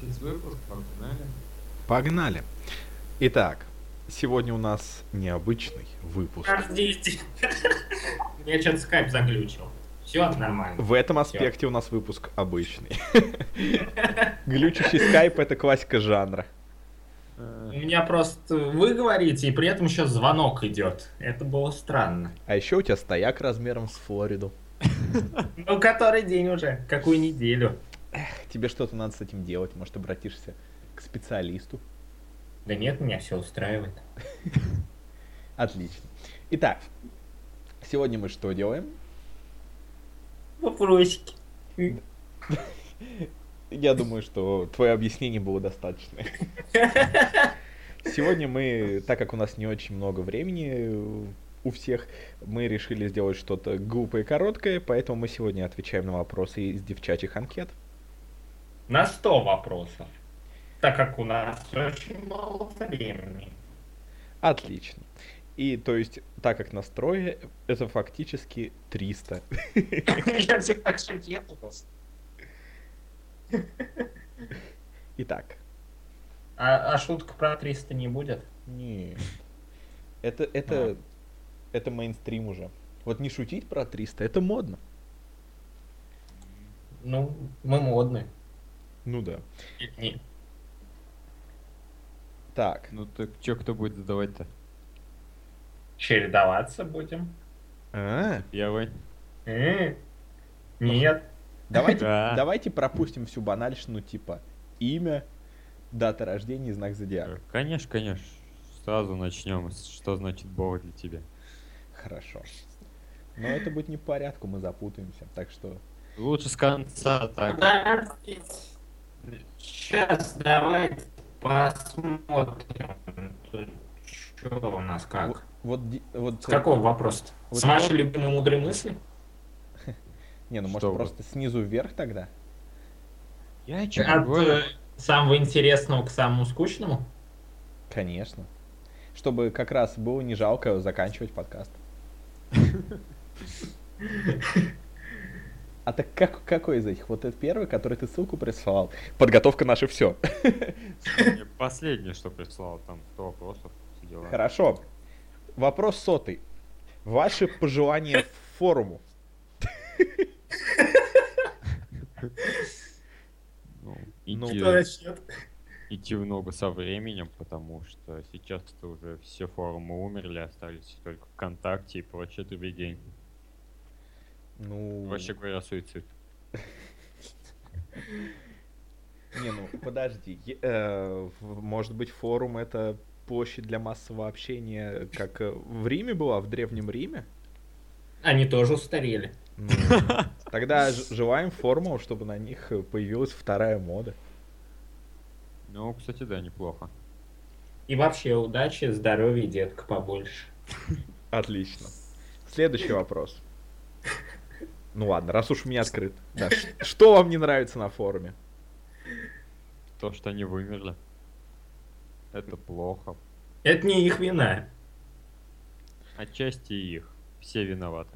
спецвыпуск, погнали. Погнали. Итак, сегодня у нас необычный выпуск. Подождите. Я что-то скайп заглючил. Все нормально. В этом аспекте у нас выпуск обычный. Глючащий скайп это классика жанра. У Э, меня просто вы говорите, и при этом еще звонок идет. Это было странно. А еще у тебя стояк размером с Флориду. Ну, который день уже? Какую неделю? Тебе что-то надо с этим делать, может обратишься к специалисту. Да нет, меня все устраивает. Отлично. Итак, сегодня мы что делаем? Вопросики. Я думаю, что твое объяснение было достаточно. Сегодня мы, так как у нас не очень много времени э, у всех, мы решили сделать что-то глупое и короткое, поэтому мы сегодня отвечаем на вопросы из девчачьих анкет. На 100 вопросов. Так как у нас очень мало времени. Отлично. И то есть, так как настрое, это фактически 300. Я всегда шутил просто. Итак. А, а шутка про 300 не будет? Нет. Это, это, это мейнстрим уже. Вот не шутить про 300, это модно. Ну, мы модны. Ну да. Или нет? Так, Ну так чё, кто будет задавать-то? Чередоваться будем? а, Я Вань. М? Нет. давайте, Да. давайте пропустим всю банальщину типа имя, дата рождения и знак зодиака. Э, Конечно, конечно. Сразу начнем. Что значит Бог для тебя? Хорошо. Но это будет не по порядку, мы запутаемся. Так что Лучше с конца так. Сейчас давайте посмотрим. Что у нас вот, как? вот, ди- вот, С какого вопроса? Вот С вашей любимой мудрой мысли? не, ну может Что вы? просто снизу вверх тогда? Я чё От говорю? э, самого интересного к самому скучному? Конечно. Чтобы как раз было не жалко заканчивать подкаст. А так как, какой из этих? Вот этот первый, который ты ссылку прислал. Подготовка наша все. Мне Последнее, что прислал, там 100 вопросов. все дела. Хорошо. Вопрос сотый. Ваши пожелания форуму. Ну, Ну, идти, да. идти в ногу со временем, потому что сейчас-то уже все форумы умерли, остались только ВКонтакте и прочие другие. Ну, Вообще говоря, суицид. не, ну, подожди. Е- э, в- Может быть, форум это площадь для массового общения, как э, в Риме была, в Древнем Риме? Они тоже устарели. Ну, Тогда ж- желаем форму, чтобы на них э, появилась вторая мода. Ну, кстати, да, неплохо. И вообще удачи, здоровья и детка побольше. Отлично. Следующий вопрос. Ну ладно, раз уж у меня открыт. Да, ш- что вам не нравится на форуме? То, что они вымерли, это плохо. Это не их вина. Отчасти их. Все виноваты.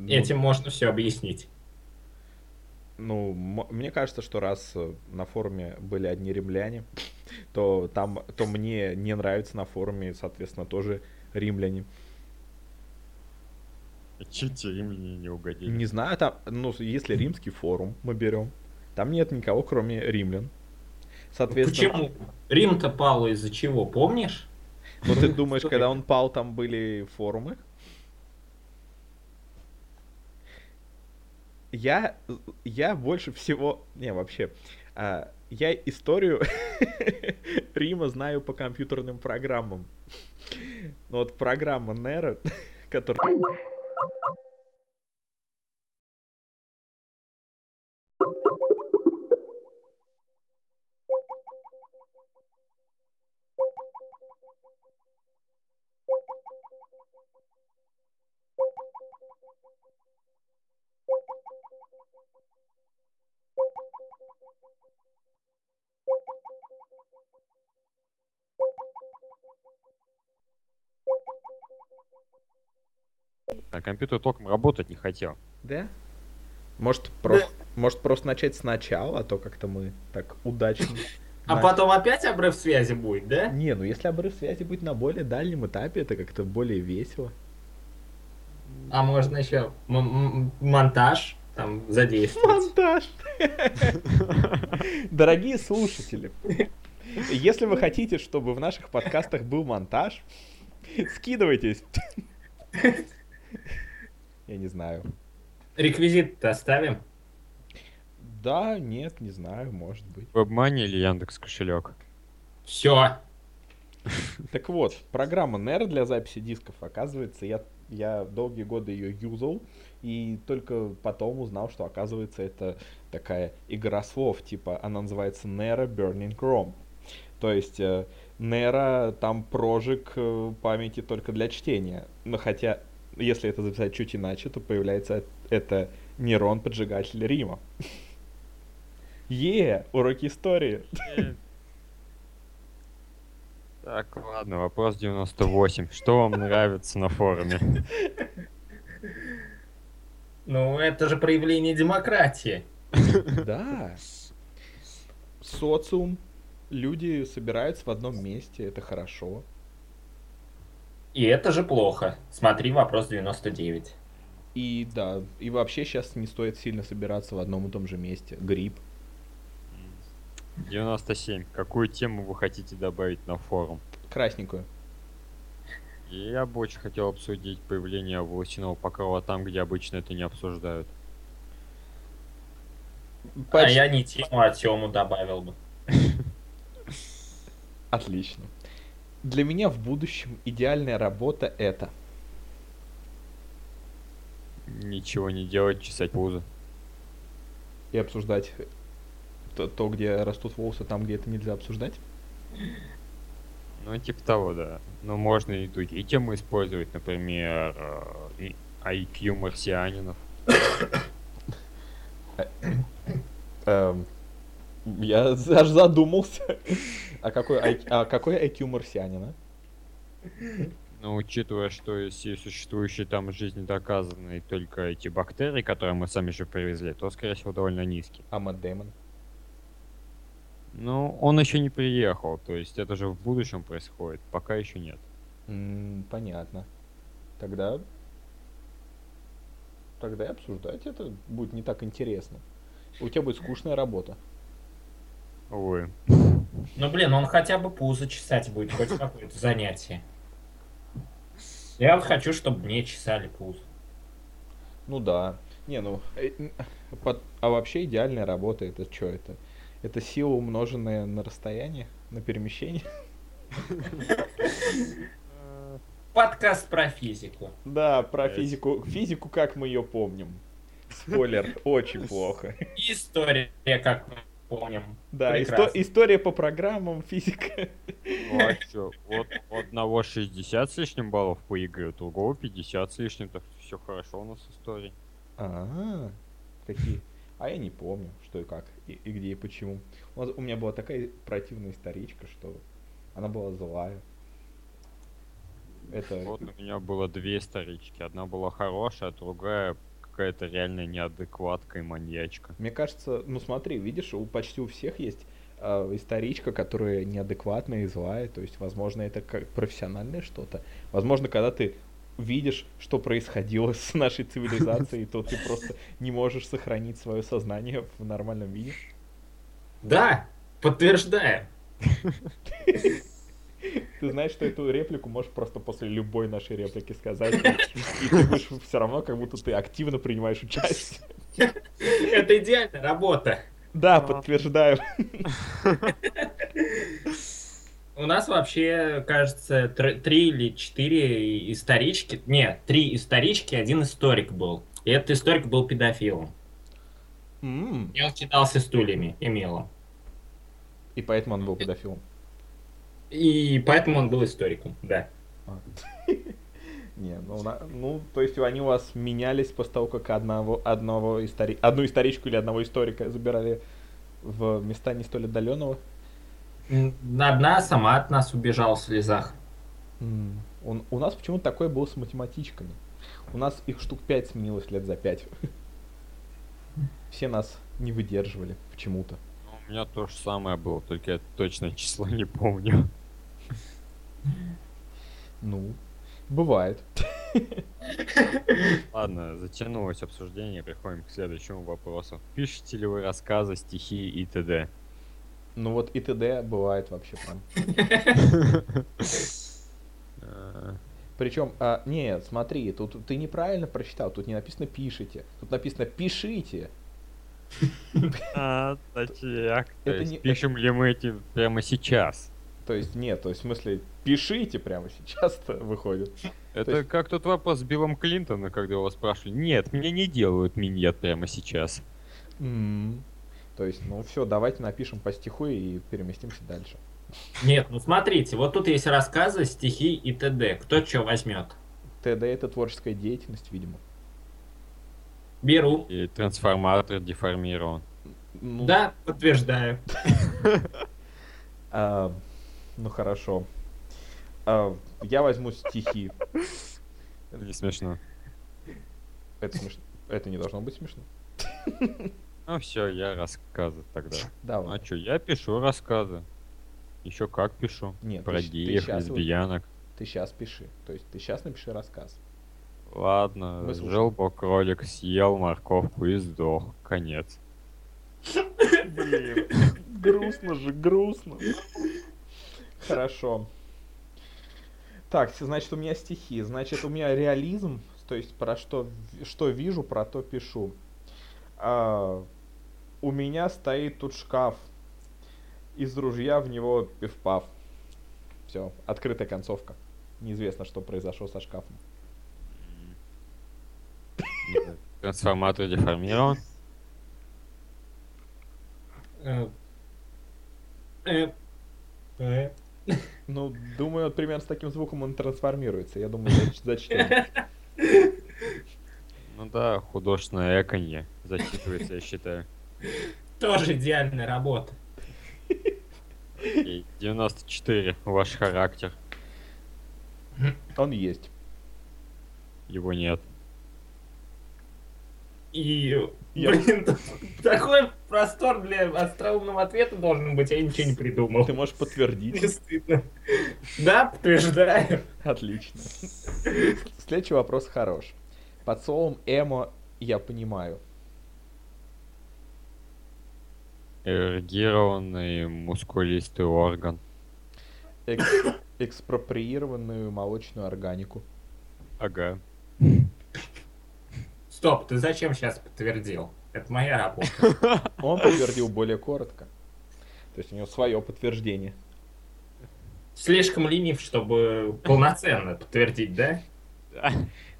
Ну, Этим можно все объяснить. Ну, м- мне кажется, что раз э, на форуме были одни римляне, то там, то мне не нравится на форуме, соответственно, тоже римляне. Чуть тебе мне не угодили. Не знаю, там, ну, если римский форум мы берем, там нет никого, кроме римлян. Соответственно, Почему? Рим-то пал из-за чего, помнишь? Ну ты думаешь, когда он пал, там были форумы? Я, я больше всего... Не, вообще. а, я историю Рима знаю по компьютерным программам. Ну вот программа Нера, которая... А компьютер током работать не хотел. Да? Может, просто... Может, просто начать сначала, а то как-то мы так удачно... А на- потом опять обрыв связи будет, да? Не, ну если обрыв связи будет на более дальнем этапе, это как-то более весело. А можно еще м- м- монтаж там задействовать. Монтаж! Дорогие слушатели, если вы хотите, чтобы в наших подкастах был монтаж, скидывайтесь. Я не знаю. Реквизит-то оставим. Да, нет, не знаю, может быть. В обмане или Яндекс кошелек? Все. Так вот, программа NER для записи дисков, оказывается, я, я долгие годы ее юзал, и только потом узнал, что, оказывается, это такая игра слов, типа, она называется Nera Burning Chrome. То есть, э, Nera, там прожиг э, памяти только для чтения. Но хотя, если это записать чуть иначе, то появляется это нейрон-поджигатель Рима. Е, уроки истории. Так, ладно, вопрос 98. Что вам нравится на форуме? Ну, это же проявление демократии. Да. Социум. Люди собираются в одном месте, это хорошо. И это же плохо. Смотри вопрос 99. И да, и вообще сейчас не стоит сильно собираться в одном и том же месте. Грипп. 97. Какую тему вы хотите добавить на форум? Красненькую. Я бы очень хотел обсудить появление волосяного покрова там, где обычно это не обсуждают. А Поч- я не тему, а тему добавил бы. Отлично. Для меня в будущем идеальная работа это. Ничего не делать, чесать пузо. И обсуждать то, то, где растут волосы, там, где это нельзя обсуждать. Ну, типа того, да. Но можно и другие темы использовать, например, э, и- IQ марсианинов. Эм, я аж задумался. А какой, IQ, а какой IQ марсианина? Но Ну, учитывая, что из всей существующей там жизни доказаны только эти бактерии, которые мы сами же привезли, то, скорее всего, довольно низкий. А Мэтт Дэймон? Ну, он еще не приехал, то есть это же в будущем происходит, пока еще нет. М, понятно. Тогда... Тогда и обсуждать это будет не так интересно. У тебя будет скучная работа. Увы. Ну, блин, он хотя бы пузо чесать будет, хоть какое-то занятие. Я вот хочу, чтобы мне чесали пузо. Ну да. Не, ну... э, н- под- А вообще идеальная работа это что это? Это сила, умноженная на расстояние, на перемещение? Подкаст про физику. Да, про Блядь. физику. Физику, как мы ее помним. Спойлер, очень плохо. И История, как мы помним. Да, исто- Прекрасно. история по программам, физика. Ну, а чё, Вот у одного 60 с лишним баллов по игре, у другого 50 с лишним, так все хорошо у нас с историей. А, такие. А я не помню, что и как, и, и где, и почему. У, нас- у меня была такая противная историчка, что она была злая. Это... Вот у меня было две исторички. Одна была хорошая, а другая какая-то реально неадекватка и маньячка. Мне кажется, ну смотри, видишь, у почти у всех есть э, историчка, которая неадекватная и злая. То есть, возможно, это как профессиональное что-то. Возможно, когда ты видишь, что происходило с нашей цивилизацией, то ты просто не можешь сохранить свое сознание в нормальном виде. Да, подтверждаю. Ты знаешь, что эту реплику можешь просто после любой нашей реплики сказать, и и ты будешь все равно, как будто ты активно принимаешь участие. Это идеальная работа. Да, Да. подтверждаю. У нас вообще, кажется, тр- три или четыре исторички. Нет, три исторички, один историк был. И этот историк был педофилом. М, И он кидался стульями и мелом. И поэтому он был педофилом. И поэтому он был историком, да. А. Не, ну, на- ну, то есть они у вас менялись после того, как одного, одного истори... одну историчку или одного историка забирали в места не столь отдаленного. М, Одна сама от нас убежала в слезах. Он, у нас почему-то такое было с математичками. У нас их штук пять сменилось лет за пять. Все нас не выдерживали почему-то. Ну, у меня то же самое было, только я точно число не помню. Ну, бывает. Ладно, затянулось обсуждение, приходим к следующему вопросу. Пишете ли вы рассказы, стихи и т.д.? Ну вот и т.д. бывает вообще прям. Э, Причем, а, нет, смотри, тут ты неправильно прочитал, тут не написано пишите, тут написано пишите. А, точняк. То Это есть не- Пишем ли мы эти прямо сейчас? То есть нет, то есть в смысле пишите прямо сейчас-то выходит. Это есть- как тот вопрос с Биллом Клинтоном, когда его спрашивали. Нет, мне не делают миньет прямо сейчас. М. То есть, ну все, давайте напишем по стиху и переместимся дальше. Нет, ну смотрите, вот тут есть рассказы, стихи и т.д. Кто что возьмет? ТД это творческая деятельность, видимо. Беру. И трансформатор деформирован. Ну, Да, подтверждаю. а, ну хорошо. А, я возьму стихи. Это не смешно. Это смешно. Это не должно быть смешно. Ну все, я рассказы тогда. Давай. А чё, я пишу рассказы. Еще как пишу. Нет, Про ты, щ- ты геев, щас вот- лесбиянок. ты сейчас пиши. То есть ты сейчас напиши рассказ. Ладно, Мы слушаем. жил бы кролик, съел морковку и сдох. Конец. Грустно же, грустно. Хорошо. Так, с- значит, у меня стихи. Значит, у меня реализм, то есть про что, в- что вижу, про то пишу. А, у меня стоит тут шкаф. Из ружья в него пивпав. Все, открытая концовка. Неизвестно, что произошло со шкафом. Ну, Трансформатор деформирован. Э, э, э. Ну, думаю, вот примерно с таким звуком он трансформируется. Я думаю, зач- зачтем. Ну да, художественное эконье засчитывается, я считаю. Тоже идеальная работа. Окей, 94, ваш характер. Он есть. Его нет. И, Я- блин, тут такой простор для остроумного ответа должен быть, а я ничего не придумал. Ты можешь подтвердить. Не стыдно. Да, подтверждаю. Отлично. Следующий вопрос хорош. Под словом эмо я понимаю. Эрегированный мускулистый орган. Экс- Экспроприированную молочную органику. Ага. Стоп, ты зачем сейчас подтвердил? Это моя работа. Он подтвердил более коротко. То есть у него свое подтверждение. Слишком ленив, чтобы полноценно подтвердить, да?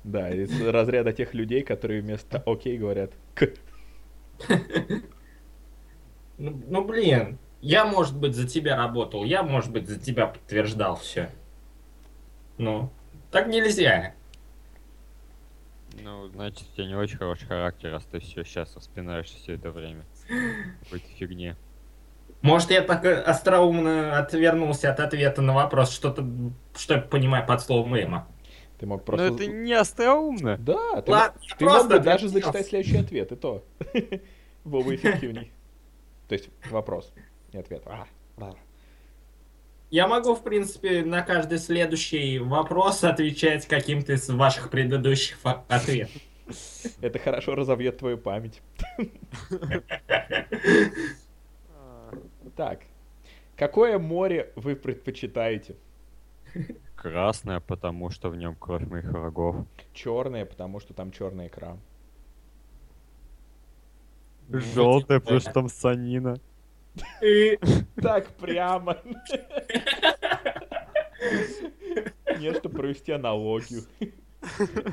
Да, из разряда тех людей, которые вместо окей говорят к. Ну, ну, блин, я, может быть, за тебя работал, я, может быть, за тебя подтверждал все. Ну, так нельзя. Ну, значит, у тебя не очень хороший характер, раз ты все сейчас вспинаешь все это время. Какой-то фигне. Может, я так э, остроумно отвернулся от ответа на вопрос, что-то, что я понимаю под словом «эмо». Ты мог Но просто... Ну, это не остроумно. Да, ты, Ладно, мог- ты мог бы просто даже ответ. зачитать следующий ответ, и то. Было бы эффективней. То есть вопрос, не ответ. А, да. Я могу, в принципе, на каждый следующий вопрос отвечать каким-то из ваших предыдущих фа- ответов. Это хорошо разовьет твою память. Так. Какое море вы предпочитаете? Красное, потому что в нем кровь моих врагов. Черное, потому что там черная икра. Желтое, потому типа, что там санина. И- Так прямо. Не, что провести аналогию.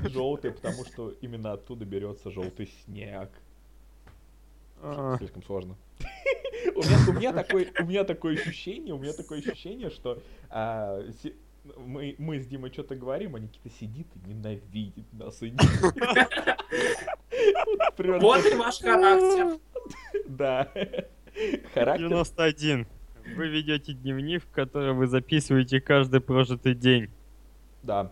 Желтый, потому что именно оттуда берется желтый снег. А, Слишком сложно. У меня- у меня такое- у меня такое ощущение, у меня такое ощущение, что а, си- мы, мы с Димой что-то говорим, а Никита сидит и ненавидит нас. И... Вот примерно Вот так. и ваш характер. Да. Ну, Характер. 91. Вы ведете дневник, в котором вы записываете каждый прожитый день. Да.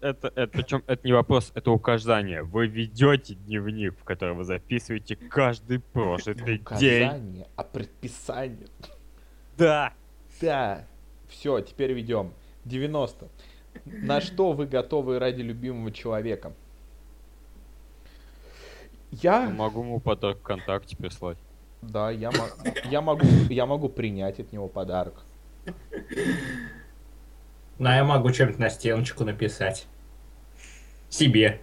Это, это, причем это не вопрос, это указание. Вы ведете дневник, в который вы записываете каждый прошлый Не день. указание, а предписание. Да. Да. Все, теперь ведем. 90. На что вы готовы ради любимого человека? Я... Могу ему поток ВКонтакте прислать. Да, я, мо- я, могу, я могу принять от него подарок. Ну, а я могу что-нибудь на стеночку написать. Себе.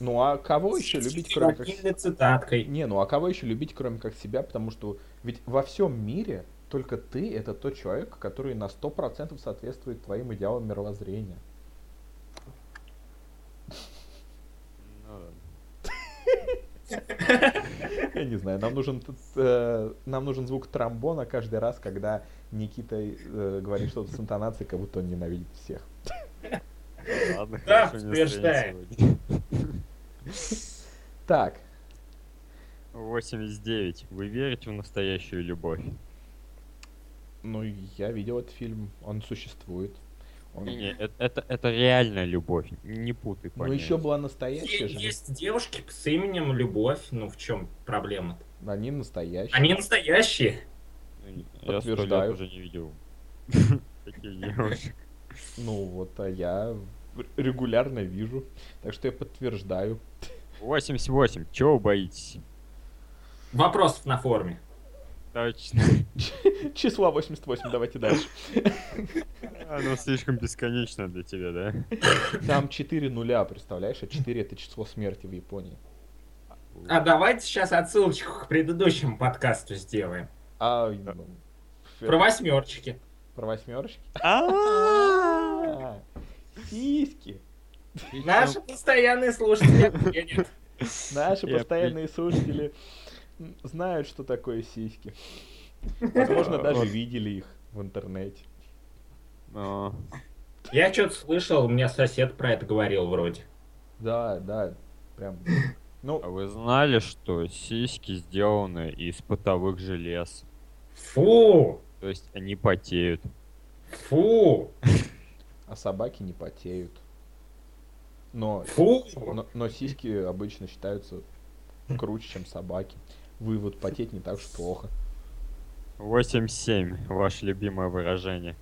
Ну а кого еще любить, кроме как... Отдельной цитаткой. Не, ну а кого еще любить, кроме как себя? Потому что ведь во всем мире только ты — это тот человек, который на 100% соответствует твоим идеалам мировоззрения. Ну, Я не знаю, нам нужен, тут, э, нам нужен звук тромбона каждый раз, когда Никита э, говорит что-то с интонацией, как будто он ненавидит всех. Ладно, Да, хорошо, не настроение подтверждаю. сегодня. Так, 89. Вы верите в настоящую любовь? ну я видел этот фильм, он существует. Он- Не, не, это, это, это реальная любовь. Не путай Ну понятия. еще была Е- настоящая же. Есть девушки с именем Любовь. Ну, в чем проблема-то? Они настоящие. Они настоящие. Ну, Я сто лет Подтверждаю. уже не видел таких девушек. Ну вот, а я регулярно вижу. Так что я подтверждаю. 88. Чего вы боитесь? Вопросов на форме. Точно. Числа 88, давайте дальше. Оно слишком бесконечно для тебя, да? Там 4 нуля, представляешь? А 4 это число смерти в Японии. А давайте сейчас отсылочку к предыдущему подкасту сделаем. А, ну, Про восьмерчики. про восьмерочки? А-а-а! А, Сиськи. Наши постоянные слушатели оценят. Наши Я постоянные слушатели м, знают, что такое сиськи. Возможно, Да, даже вот. видели их в интернете. Ну, Я что-то слышал, у меня сосед про это говорил вроде. Да, да, прям. Ну, А вы знали, что сиськи сделаны из потовых желез? Фу! То есть они потеют. Фу! а собаки не потеют. Но, Фу! Ну, но, но сиськи обычно считаются круче, чем собаки. Вывод, потеть не так уж плохо. 8-7. Ваше любимое выражение.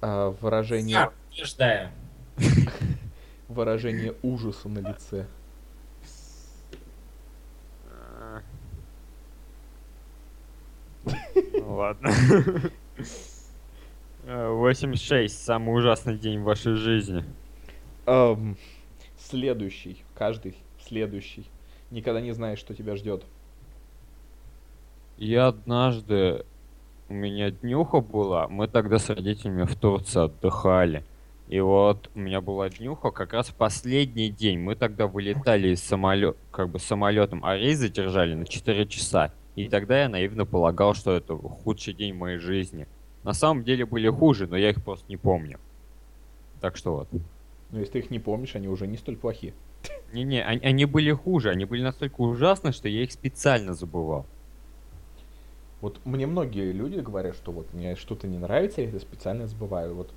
А, Я выражение, подтверждаю. выражение ужаса на лице. А. Ну Ладно. Э, 8-6. Самый ужасный день в вашей жизни. Ам, Эм, следующий, каждый следующий. Никогда не знаешь, что тебя ждет. Я однажды... У меня днюха была, мы тогда с родителями в Турции отдыхали. И вот у меня была днюха как раз в последний день. Мы тогда вылетали из самолет, как бы самолетом, а рейс задержали на 4 часа. И тогда я наивно полагал, что это худший день моей жизни. На самом деле были хуже, но я их просто не помню. Так что вот. Но если ты их не помнишь, они уже не столь плохи. Не-не, они, они были хуже, они были настолько ужасны, что я их специально забывал. Вот мне многие люди говорят, что вот мне что-то не нравится, я это специально забываю. Вот,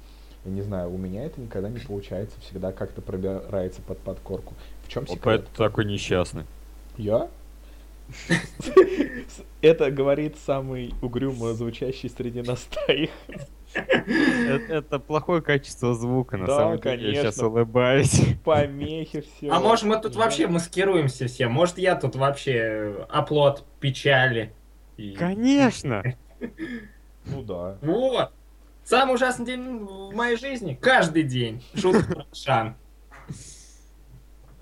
я не знаю, у меня это никогда не получается, всегда как-то пробирается под подкорку. В чем Вот секрет? поэтому Типа, такой несчастный. Я? Это говорит самый угрюмо звучащий среди нас троих. А Это, Э, это плохое качество звука, на Да, самом деле. Я конечно. сейчас улыбаюсь. Помехи все. А может мы тут вообще маскируемся все? Может я тут вообще э, оплот печали? И- Конечно! Ну да. Вот! Самый ужасный день в моей жизни. Каждый день. Шутка про Шан.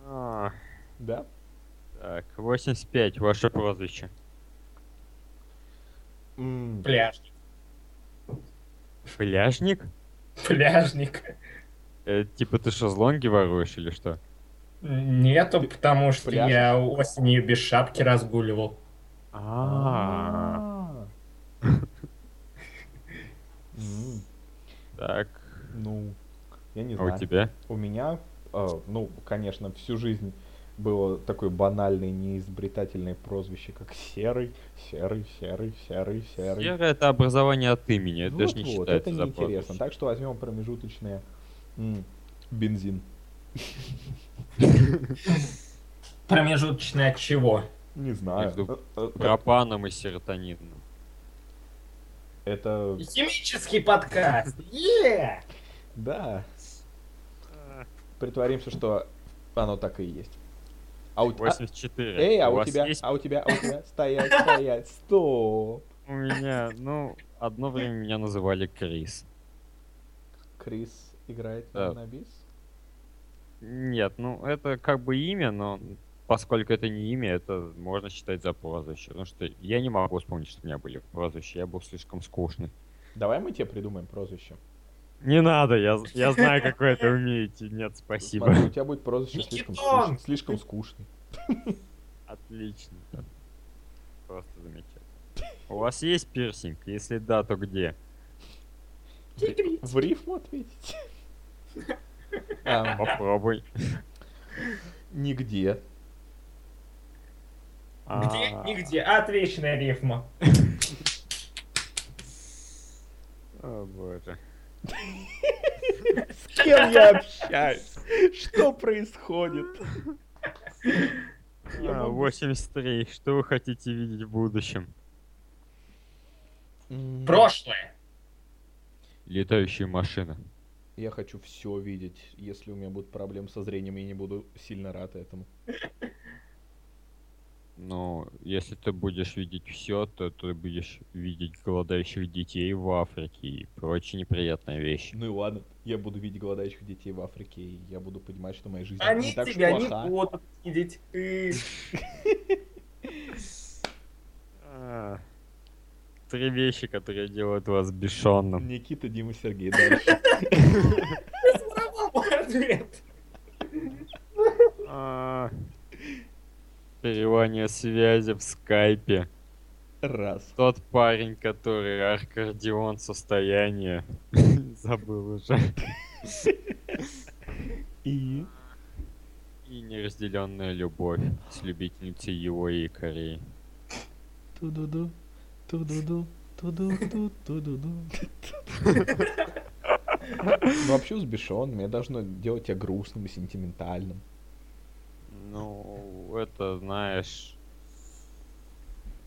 А, Да? Так, 85, ваше прозвище. М, Пляжник. Пляжник? Пляжник. Э, типа ты шезлонги воруешь или что? Нету, потому что Пляжник? я осенью без шапки разгуливал. А, М, так. Ну, я не А у знаю. тебя? У меня, э, ну, конечно, всю жизнь было такое банальное, неизобретательное прозвище, как серый, серый, серый, серый, серый. Ну Серое это образование от имени, это Вот, даже не вот, считается это за неинтересно. прозвище. Так что возьмем промежуточное. М, Бензин. Промежуточное от чего? Не знаю. Между Э, э, как- Пропаном и серотонином. Это... Химический подкаст. Е! Да. А, Притворимся, что оно так и есть. А у... а- 84. Эй, а у вас тебя, есть? а у тебя, а у тебя, стоять, стоять, стоп. У меня, ну, одно время меня называли Крис. Крис играет Да. на бис? Нет, ну, это как бы имя, но поскольку это не имя, это можно считать за прозвище. Потому что я не могу вспомнить, что у меня были прозвища, я был слишком скучный. Давай мы тебе придумаем прозвище. Не надо, я, я знаю, как вы это умеете. Нет, спасибо. Смотри, у тебя будет прозвище слишком, Никитон! скуч- слишком скучный. Отлично. Просто замечательно. У вас есть пирсинг? Если да, то где? В рифму ответить? А, Попробуй. Нигде. Где? А, Нигде. Отличная рифма. О боже. С кем я общаюсь? Что происходит? Я А, могу- 83. Что вы хотите видеть в будущем? М, Прошлое. Летающие машины. Я хочу все видеть. Если у меня будут проблемы со зрением, я не буду сильно рад этому. Ну, если ты будешь видеть все, то ты будешь видеть голодающих детей в Африке и прочие неприятные вещи. Ну и ладно, я буду видеть голодающих детей в Африке, и я буду понимать, что моя жизнь Они не так а? уж тебя не плоха. будут видеть. Э. А, Три вещи, которые делают вас бешеным. Никита, Дима, Сергей, дальше. Справа мой ответ. А, Перерывание связи в скайпе. Раз. Тот парень, который аркардион состояние. Забыл уже. И... И неразделенная любовь с любительницей его и Кореи. Ту-ду-ду, ту-ду-ду, ту-ду-ду, ту-ду-ду. Ну, Вообще взбешен, меня должно делать тебя грустным и сентиментальным. Ну, это, знаешь...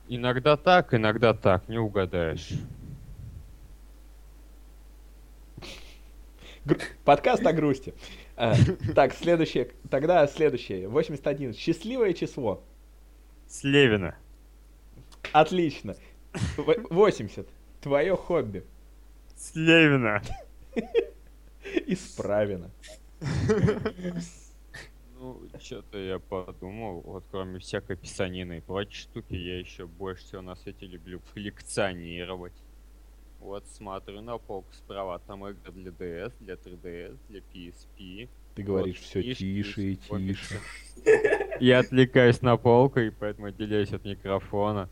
Иногда так, иногда так, не угадаешь. Гру- Подкаст о грусти. А, Так, следующее, тогда следующее, 81, счастливое число. С Левина. Отлично. В- 80, твое хобби. С Левина. Исправено. Ну, что-то я подумал, вот кроме всякой писанины и прочей штуки, я еще больше всего на свете люблю коллекционировать. Вот смотрю на полку справа, там игры для DS, для 3DS, для PSP. Ты говоришь Вот, все тише и комиксы. тише. Я отвлекаюсь на полку, и поэтому отделяюсь от микрофона.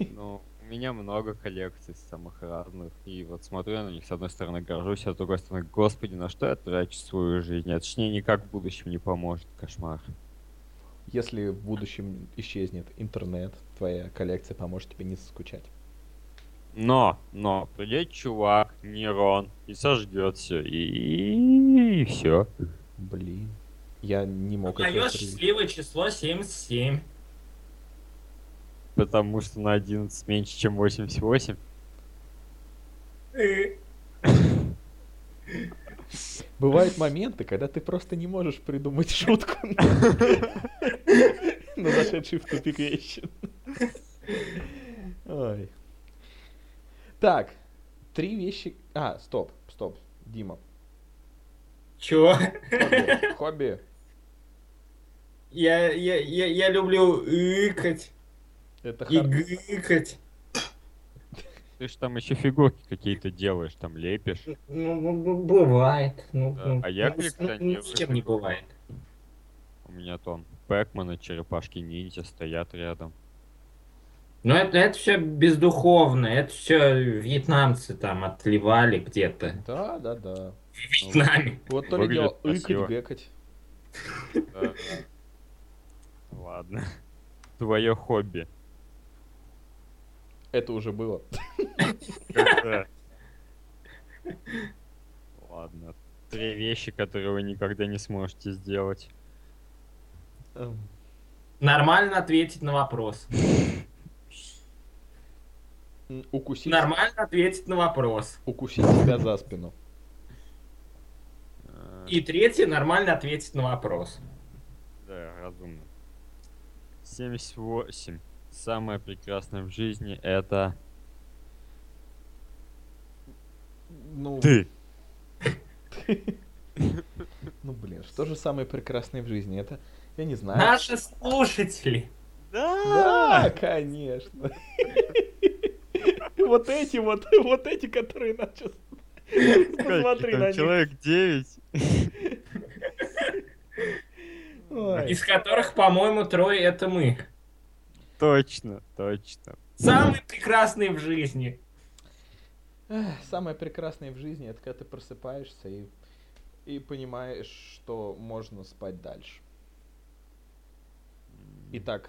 Ну, у меня много коллекций самых разных. И вот смотрю я на них, с одной стороны горжусь, а с другой стороны, господи, на что я трачу свою жизнь? А точнее, никак в будущем не поможет, кошмар. Если в будущем исчезнет интернет, твоя коллекция поможет тебе не соскучать. Но, но, придет чувак, нейрон, и сожгет все, и, все. Блин. Я не мог этого Мое привести. счастливое число 77. Потому что на 11 меньше, чем 88. Э. Бывают моменты, когда ты просто не можешь придумать шутку на зашедшие в тупик вещи. Ой. Так, три вещи... А, стоп, стоп, Дима. Чего? Хобби. Хобби. Я, я, я, я люблю икать Это и хар- гыкать. Ты ж там еще фигурки какие-то делаешь, там лепишь. Ну, ну, ну, бывает. Ну, Да, ну, а я ну, с- коллекционирую. ну, С кем не бывает. У меня там Пэкман и черепашки ниндзя стоят рядом. Но это, это все бездуховно. Это все вьетнамцы там отливали где-то. Да, да, да. В Вьетнаме. Вот то ли Выглядит дело красиво. икать, гекать. Да. Ладно. Твое хобби. Это уже было. Как-то. Ладно. Три вещи, которые вы никогда не сможете сделать. Эм. Нормально ответить на вопрос. М, Укусить, Нормально ответить на вопрос. укусить себя за спину. Э, И третье, нормально ответить на вопрос. Да, разумно. 78. Самое прекрасное в жизни это Ну, ты. ну блин, что же самое прекрасное в жизни? Это, я не знаю. Наши слушатели. Да, конечно. Вот эти вот, вот эти, которые начал. Посмотри на них. Человек 9. Ой. Из которых, по-моему, трое это мы. Точно, точно. Самые прекрасные в жизни. Эх, Самое прекрасное в жизни, это когда ты просыпаешься и, и понимаешь, что можно спать дальше. Итак,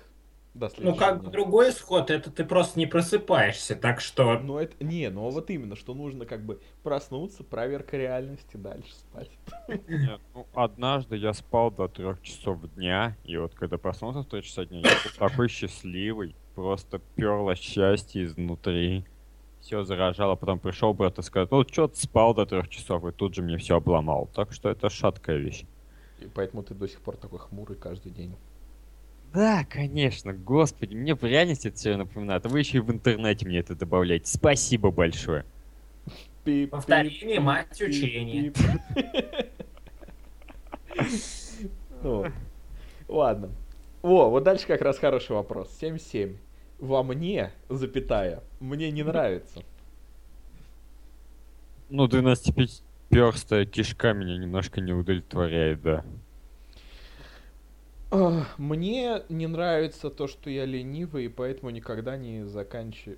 до следующего Ну, как бы дня. другой исход, это ты просто не просыпаешься, так что... Ну это, не, ну вот именно, что нужно как бы проснуться, проверка реальности, дальше спать. Не, ну, однажды я спал до трех часов дня, и вот когда проснулся в 3 часа дня, я был такой счастливый, просто перло счастье изнутри. Все заражало, потом пришел брат и сказал, ну что ты спал до трех часов, и тут же мне все обломал. Так что это шаткая вещь. И поэтому ты до сих пор такой хмурый каждый день. Да, конечно, господи, мне пряность это все напоминает, а вы еще и в интернете мне это добавляете. Спасибо большое. Пип, Повторение пип, мать пип, учения. пип. Ну, Ладно. О, вот дальше как раз хороший вопрос. 7-7. Во мне, запятая, мне не нравится. Ну, 12 перстая кишка меня немножко не удовлетворяет, да. Ах, Мне не нравится то, что я ленивый, и поэтому никогда не заканчиваю.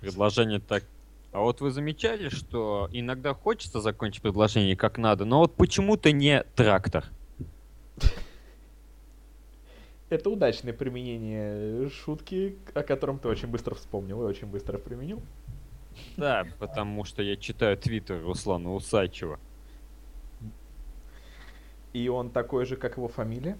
Предложение так. А вот вы замечали, что иногда хочется закончить предложение как надо, но вот почему-то не трактор. Это удачное применение э, шутки, о котором ты очень быстро вспомнил и очень быстро применил. Да, потому что я читаю твиттер Руслана Усачева. И он такой же, как его фамилия.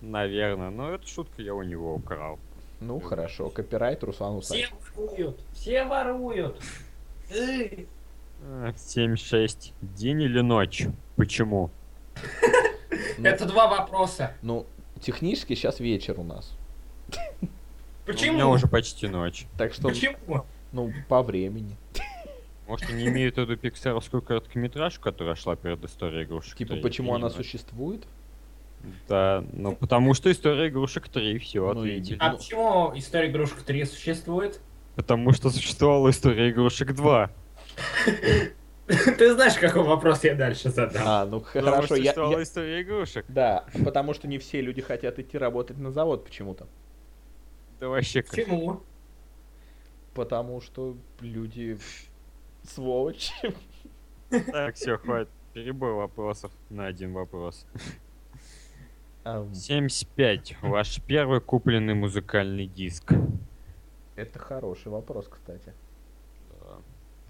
Наверное, но эту шутку я у него украл. Ну хорошо, копирайт Руслан Усачев. Все воруют, все воруют. Эй. Э, А, 7-6. День или ночь? Почему? Ну, Это два вопроса. Ну, технически сейчас вечер у нас. У Почему? меня уже почти ночь. Так что, Почему? ну, по времени. Может, они имеют в виду пиксаровскую короткометражку, которая шла перед историей игрушек Типа, 3? почему Я она не знаю. существует? Да, ну потому что история игрушек 3, все, Ну и- ответили. А Ну. почему история игрушек 3 существует? Потому что существовала история игрушек 2. Ты знаешь, какой вопрос я дальше задам? А, ну хорошо, я, существовала я- история игрушек. Да, потому что не все люди хотят идти работать на завод почему-то. Да вообще как. Почему? Потому что люди сволочи. Так, все, хватит. Перебой вопросов на один вопрос. Ам, 75. Ваш первый купленный музыкальный диск. Это хороший вопрос, кстати.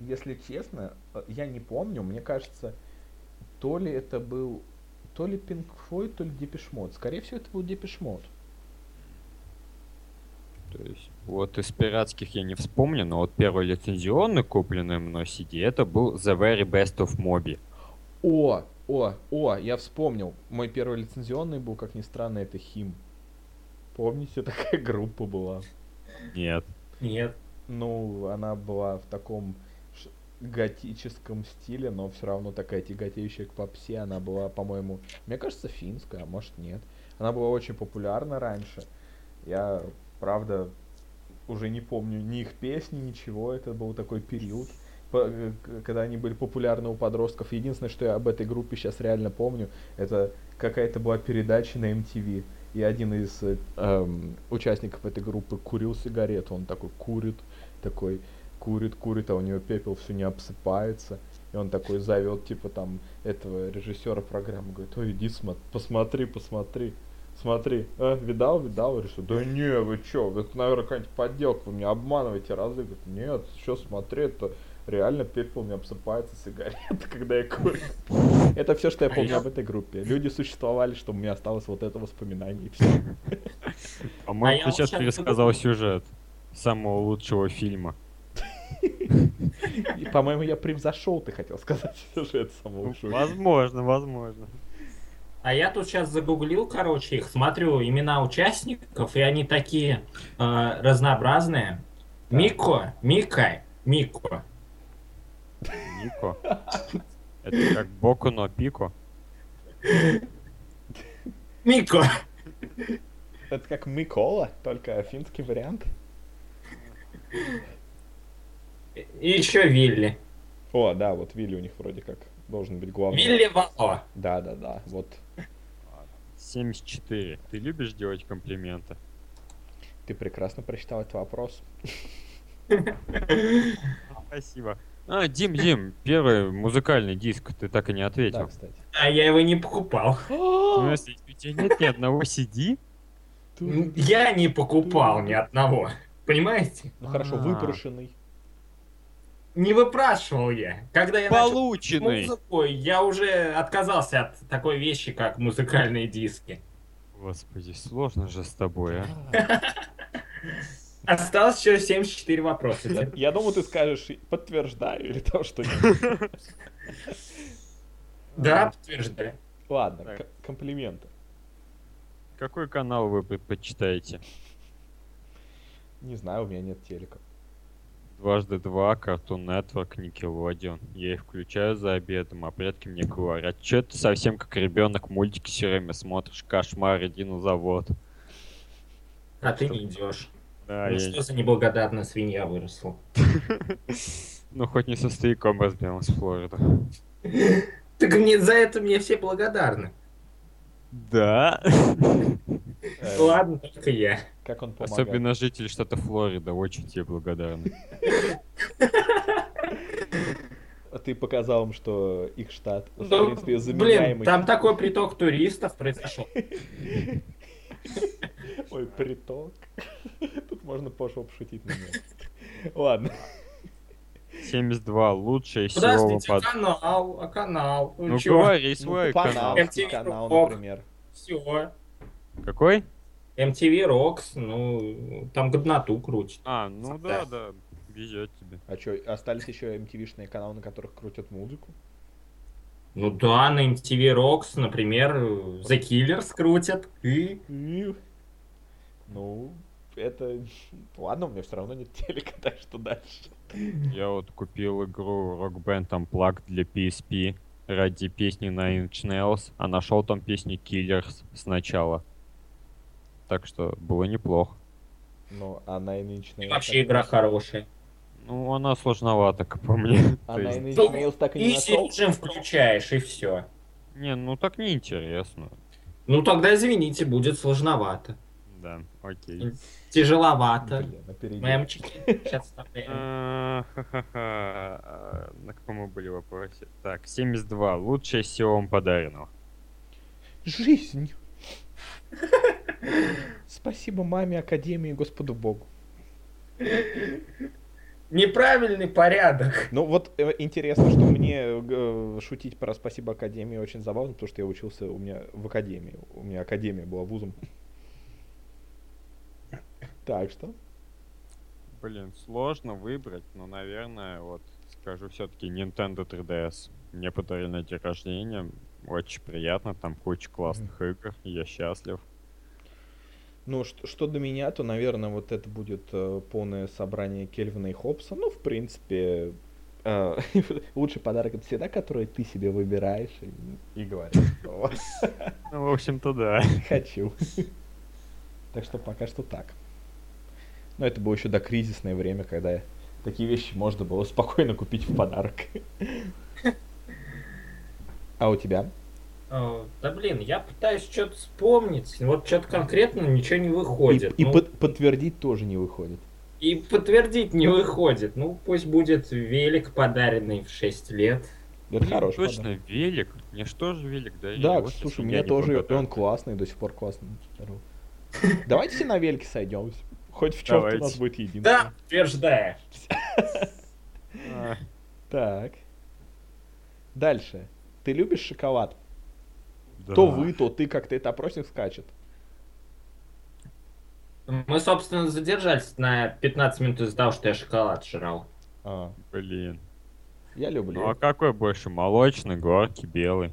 Если честно, э, я не помню, мне кажется, то ли это был то ли Pink Floyd, то ли Депешмот. Скорее всего, это был Депешмот. То есть, вот из пиратских я не вспомню, но вот первый лицензионный купленный мной CD, это был The Very Best of Moby. О, о, о, я вспомнил. Мой первый лицензионный был, как ни странно, это Хим. Помните, такая группа была? Нет. Нет. Ну, она была в таком ш- готическом стиле, но все равно такая тяготеющая к попсе. Она была, по-моему, мне кажется, финская, а может нет. Она была очень популярна раньше. Я, правда, уже не помню ни их песни, ничего. Это был такой период, по- э, к- когда они были популярны у подростков. Единственное, что я об этой группе сейчас реально помню, это какая-то была передача на MTV. И один из э, эм, участников этой группы курил сигарету. Он такой курит, такой курит, курит, а у него пепел все не обсыпается. И он такой зовет, типа, там, этого режиссера программы, говорит, ой, иди, смо- посмотри, посмотри, смотри, а, видал, видал, решил, да не, вы чё, это, наверное, какая-нибудь подделка, вы меня обманываете, разыгрываете, нет, что смотреть-то, Реально пеплом обсыпается сигарета, когда я курю. Это все, что я А помню я- об этой группе. Люди существовали, чтобы у меня осталось вот это воспоминание. и всё. А А По-моему, я ты сейчас вот щас пересказал подумал. сюжет самого лучшего фильма. И, По-моему, я превзошел, ты хотел сказать, сюжет Ну, самого шоу. Возможно, возможно. А я тут сейчас загуглил, короче, их смотрю имена участников, и они такие э, разнообразные. Да. Мико, Мика, Мико. Нико. Это как Боку, но Пико. Мико! Это как Микола, только финский вариант. И еще Вилли. О, да, вот Вилли у них вроде как должен быть главный. Вилли Вало. Да, да, да, вот. 74. Ты любишь делать комплименты? Ты прекрасно прочитал этот вопрос. Ну, Спасибо. А, Дим, Дим, первый музыкальный диск ты так и не Да, ответил. Ну, кстати. А я его не покупал. В смысле, у тебя нет ни одного CD? Ну Я не покупал ни одного. Понимаете? Ну, хорошо, А. выброшенный. Не выпрашивал я. Когда я начал Полученный! музыкой, я уже отказался от такой вещи, как музыкальные диски. Господи, сложно же с тобой, а. Осталось еще 74 вопроса. Дим. Я думал, ты скажешь, подтверждаю или то, что нет. Да, подтверждаю. Ладно, Так. к- комплименты. Какой канал вы предпочитаете? Не знаю, у меня нет телека. Дважды два, Cartoon Network, Nickelodeon. Я их включаю за обедом, а предки мне говорят, что ты совсем как ребенок мультики все время смотришь, кошмар, иди на завод. А ты не идешь. Да, Ну я- что за неблагодатная свинья выросла? ну хоть не со стояком разбилась Флорида. Так мне за это мне все благодарны. Да. Э, Ладно, только я. Как он помогает? Особенно жители штата Флорида, очень тебе благодарны. А Ты показал им, что их штат, в Ну, принципе, блин, заменяемый. там такой приток туристов произошел. Ой, приток. Тут можно пошло пошутить на меня. Ладно. 72, лучшее из всего Подождите, канал, а канал. Ну, Ну чё? говори Ну, свой канал. панамский MTV канал, Рок. например. Все. Какой? MTV Rocks, ну, там годноту крутит. А, ну да, Да. да, везет тебе. А что, остались еще MTV-шные каналы, на которых крутят музыку? Ну да, на MTV Rocks, например, э, The Killers крутят. И... Ив. Ну, это... Ладно, у меня все равно нет телека, так что дальше. Я вот купил игру Rock Band Unplugged для PSP ради песни на Inch Nails, а нашел там песни Killers сначала. Так что было неплохо. Ну, а Nine Inch И Nails... вообще игра хорошая. Ну, она сложновата, как по мне. А То есть- Nine Inch Ну, Nails так и не И нашел? Сильджин включаешь, и все. Не, ну так неинтересно. Ну тогда извините, будет сложновато. Да, окей. Тяжеловато. Блин, опередил. Мемчики. Сейчас вставляем. А, ха-ха-ха. А, На каком мы были вопросе? Так, 72. Лучшее из всего вам подаренного. Жизнь! Спасибо маме, Академии, Господу Богу. Неправильный порядок. Ну вот э, интересно, что мне э, шутить про спасибо Академии очень забавно, потому что я учился у меня в Академии. У меня Академия была вузом. Так что... Блин, сложно выбрать, но, наверное, вот скажу все-таки Nintendo 3DS. Мне подарили на день рождения. Очень приятно, там куча классных игр, я счастлив. Ну, что, что до меня, то, наверное, вот это будет э, полное собрание Кельвина и Хопса. Ну, в принципе, э, лучший подарок это всегда, который ты себе выбираешь и, и говоришь, что вот, Ну, в общем-то, да. хочу. Так что пока что так. Но это было еще до кризисное время, когда такие вещи можно было спокойно купить в подарок. А у тебя? Э, Да блин, я пытаюсь что-то вспомнить. Вот что-то конкретно ничего не И, выходит. и Ну, под- подтвердить тоже не выходит. и подтвердить не выходит. Ну, пусть будет велик, подаренный в 6 лет. Это Блин, хороший подарок. точно, велик. Мне что же велик дарили? Да, Вот слушай, если у я меня не тоже, и он благодарен. классный, до сих пор классный. Здорово. Давайте все на велике сойдемся. Хоть в чем у нас Давайте. будет единство. Да, подтверждаю. А, Так. Дальше. Ты любишь шоколад? То вы, то ты как-то это опросник скачет. Мы, собственно, задержались на 15 минут из-за того, что я шоколад жрал. А, Блин. я люблю. Ну а какой больше? Молочный, горький, белый.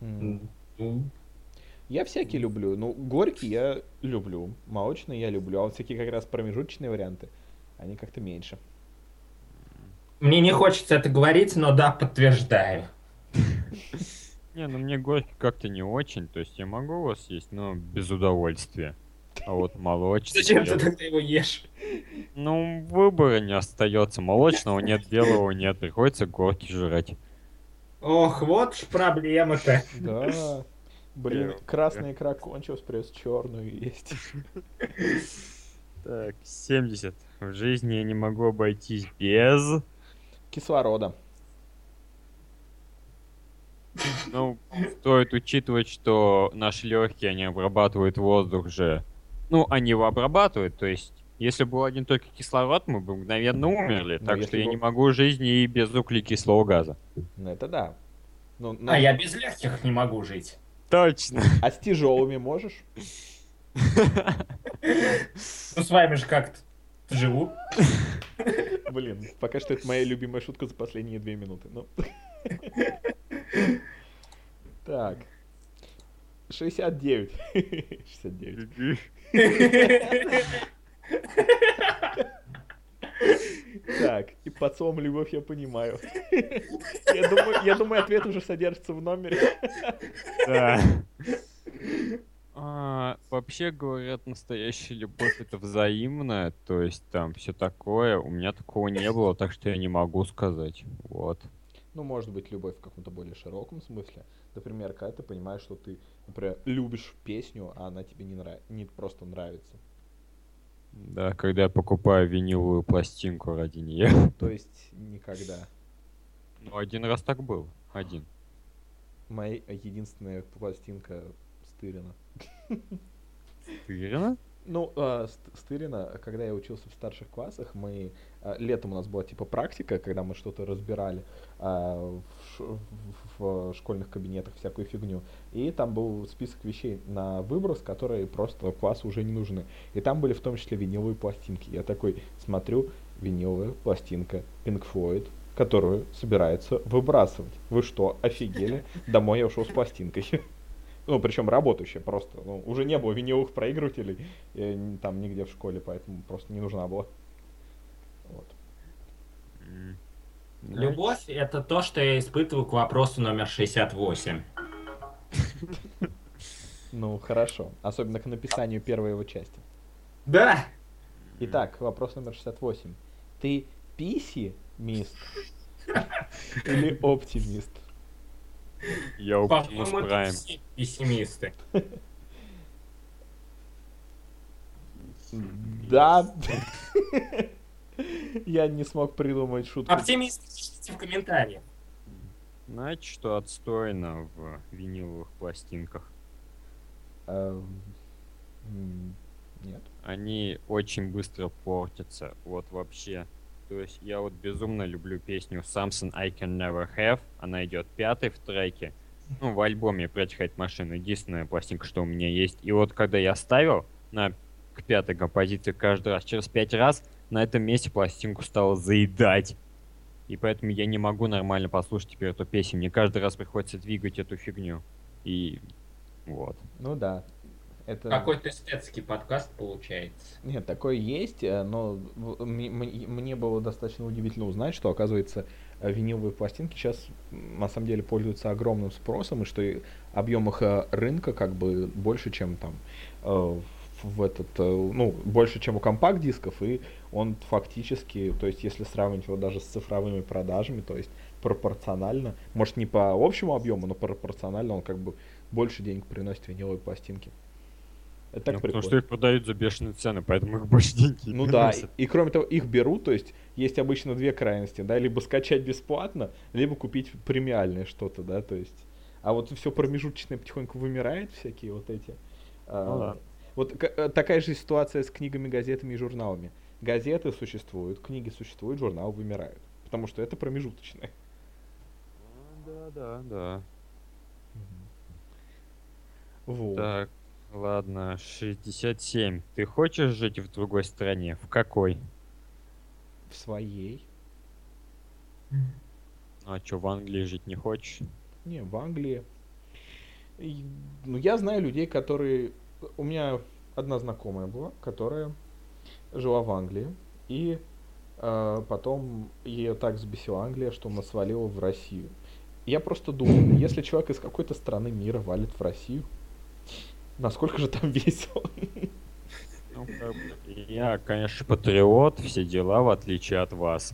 М. Ну, Я всякие люблю. Ну, горький я люблю, молочный я люблю, а вот всякие как раз промежуточные варианты, они как-то меньше. Мне не хочется это говорить, но да, подтверждаю. Не, ну мне горький как-то не очень, то есть я могу его съесть, но без удовольствия. А вот молочный... Зачем я- ты тогда его ешь? Ну, выбора не остается. Молочного нет, белого нет, приходится горький жрать. Ох, вот ж проблема-то. Да. Блин, Прям, красная икра кончилась, придется черную есть. Так, 70. В жизни я не могу обойтись без... Кислорода. Ну, стоит учитывать, что наши легкие, они обрабатывают воздух же. Ну, они его обрабатывают, то есть, если был один только кислород, мы бы мгновенно умерли. Ну, так если что я бы- не могу жизни и без углекислого газа. Ну это да. Ну, ну, А я без легких не могу жить. Точно. а с тяжелыми можешь? Ну, с вами же как-то живу. Блин, пока что это моя любимая шутка за последние две минуты. Ну. Так. 69. 69. Так, и под словом любовь я понимаю. Я думаю, я думаю, ответ уже содержится в номере. Да. А, Вообще говорят, настоящая любовь это взаимная, то есть там все такое. У меня такого не было, так что я не могу сказать. Вот. Ну, может быть, любовь в каком-то более широком смысле. Например, когда ты понимаешь, что ты, например, любишь песню, а она тебе не, нрав... не просто нравится. Да, когда я покупаю виниловую пластинку ради нее. То есть никогда. Ну, один раз так был. Один. Моя единственная пластинка Стырина. Уверена? Ну, а, Ст- Стырина, когда я учился в старших классах, мы а, летом у нас была типа практика, когда мы что-то разбирали а, в, ш- в- в школьных кабинетах всякую фигню. И там был список вещей на выброс, которые просто классу уже не нужны. И там были в том числе виниловые пластинки. Я такой смотрю, виниловая пластинка Pink Floyd, которую собирается выбрасывать. Вы что, офигели? Домой я ушел с пластинкой. Ну, причем работающая просто. Ну, уже не было виниловых проигрывателей э, н- там нигде в школе, поэтому просто не нужна была. Вот. М. Любовь — это то, что я испытываю к вопросу номер 68. Ну, хорошо. Особенно к написанию первой его части. Да! Итак, вопрос номер 68. Ты писимист или оптимист? Я Оптимус По-моему, это Прайм. все пессимисты. Да. Я не смог придумать шутку. Оптимисты, пишите в комментариях. Знаете, что отстойно в виниловых пластинках? Эм, м, Нет. Они очень быстро портятся. Вот вообще. То есть я вот безумно люблю песню Something I Can Never Have. Она идет пятой в треке. Ну, в альбоме «Прочихать машину» единственная пластинка, что у меня есть. И вот когда я ставил на к пятой композиции каждый раз, через пять раз на этом месте пластинку стало заедать. И поэтому я не могу нормально послушать теперь эту песню. Мне каждый раз приходится двигать эту фигню. И вот. Ну да. Это... Какой-то эстетский подкаст получается. Нет, такое есть, э, но в- мне- мне мне было достаточно удивительно узнать, что, оказывается, э, виниловые пластинки сейчас на самом деле пользуются огромным спросом, и что и объем их э, рынка как бы больше, чем там э, в- в этот, э, ну, больше, чем у компакт-дисков, и он фактически, то есть, если сравнивать его даже с цифровыми продажами, то есть пропорционально, может, не по общему объему, но пропорционально он как бы больше денег приносит виниловые пластинки. Это так Ну, прикольно. потому что их продают за бешеные цены, поэтому их больше деньги не Ну да, приносят. и, и кроме того, их берут, то есть есть обычно две крайности, да, либо скачать бесплатно, либо купить премиальное что-то, да, то есть. А вот все промежуточное потихоньку вымирает, всякие вот эти. а, да. Вот к- э, такая же ситуация с книгами, газетами и журналами. Газеты существуют, книги существуют, журналы вымирают. потому что это промежуточное. Да, да, да. Вот. Так, ладно, 67. Ты хочешь жить в другой стране? В какой? В своей. Ну, а что, в Англии жить не хочешь? Не, в Англии. И, ну, я знаю людей, которые... У меня одна знакомая была, которая жила в Англии. И э, потом ее так взбесила Англия, что она свалила в Россию. Я просто думаю, если человек из какой-то страны мира валит в Россию, насколько же там весело. Ну, как бы, я, конечно, патриот, все дела, в отличие от вас.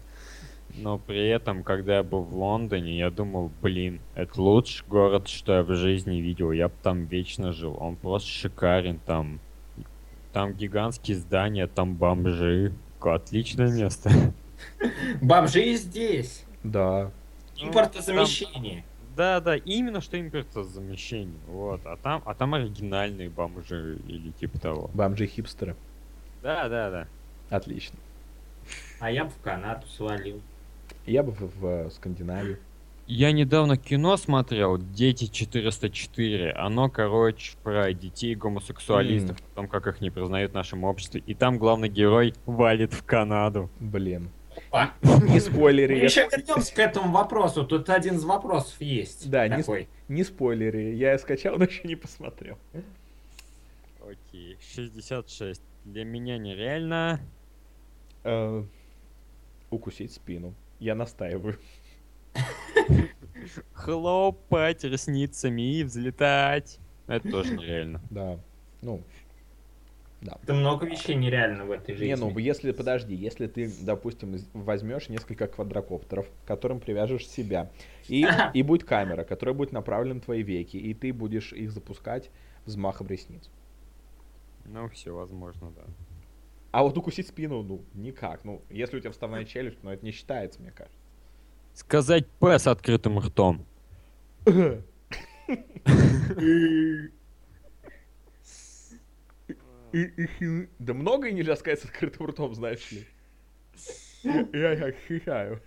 Но при этом, когда я был в Лондоне, я думал, блин, это лучший город, что я в жизни видел. Я бы там вечно жил. Он просто шикарен там. Там гигантские здания, там бомжи. Отличное место. Бомжи и здесь. Да. Ну, Импортозамещение. Да, да, именно что импортозамещение. Вот, а там, а там оригинальные бомжи или типа того. Бомжи хипстеры. Да, да, да. Отлично. А я бы в Канаду свалил. Я бы в, в Скандинавию. Я недавно кино смотрел «Дети 404». Оно, короче, про детей гомосексуалистов, о том, как их не признают в нашем обществе. И там главный герой валит в Канаду. Блин. Опа. Не Мы спойлери. я- еще вернемся к этому вопросу. Тут один из вопросов есть. Да, не такой. Не спойлери. Я скачал, но еще не посмотрел. Окей, 66. Для меня нереально. Э, Укусить спину. Я настаиваю. Хлопать ресницами и взлетать. Это тоже нереально. Да. Ну, Это много вещей нереально в этой жизни. Не, ну если, подожди, если ты, допустим, из- возьмешь несколько квадрокоптеров, к которым привяжешь себя, и, и будет камера, которая будет направлена на твои веки, и ты будешь их запускать взмахом ресниц. Ну, все возможно, да. А вот укусить спину, ну, никак. Ну, если у тебя вставная челюсть, ну, это не считается, мне Сказать «П» с открытым ртом. кажется. Да многое нельзя сказать с открытым ртом, знаешь ли. Я как хихаю.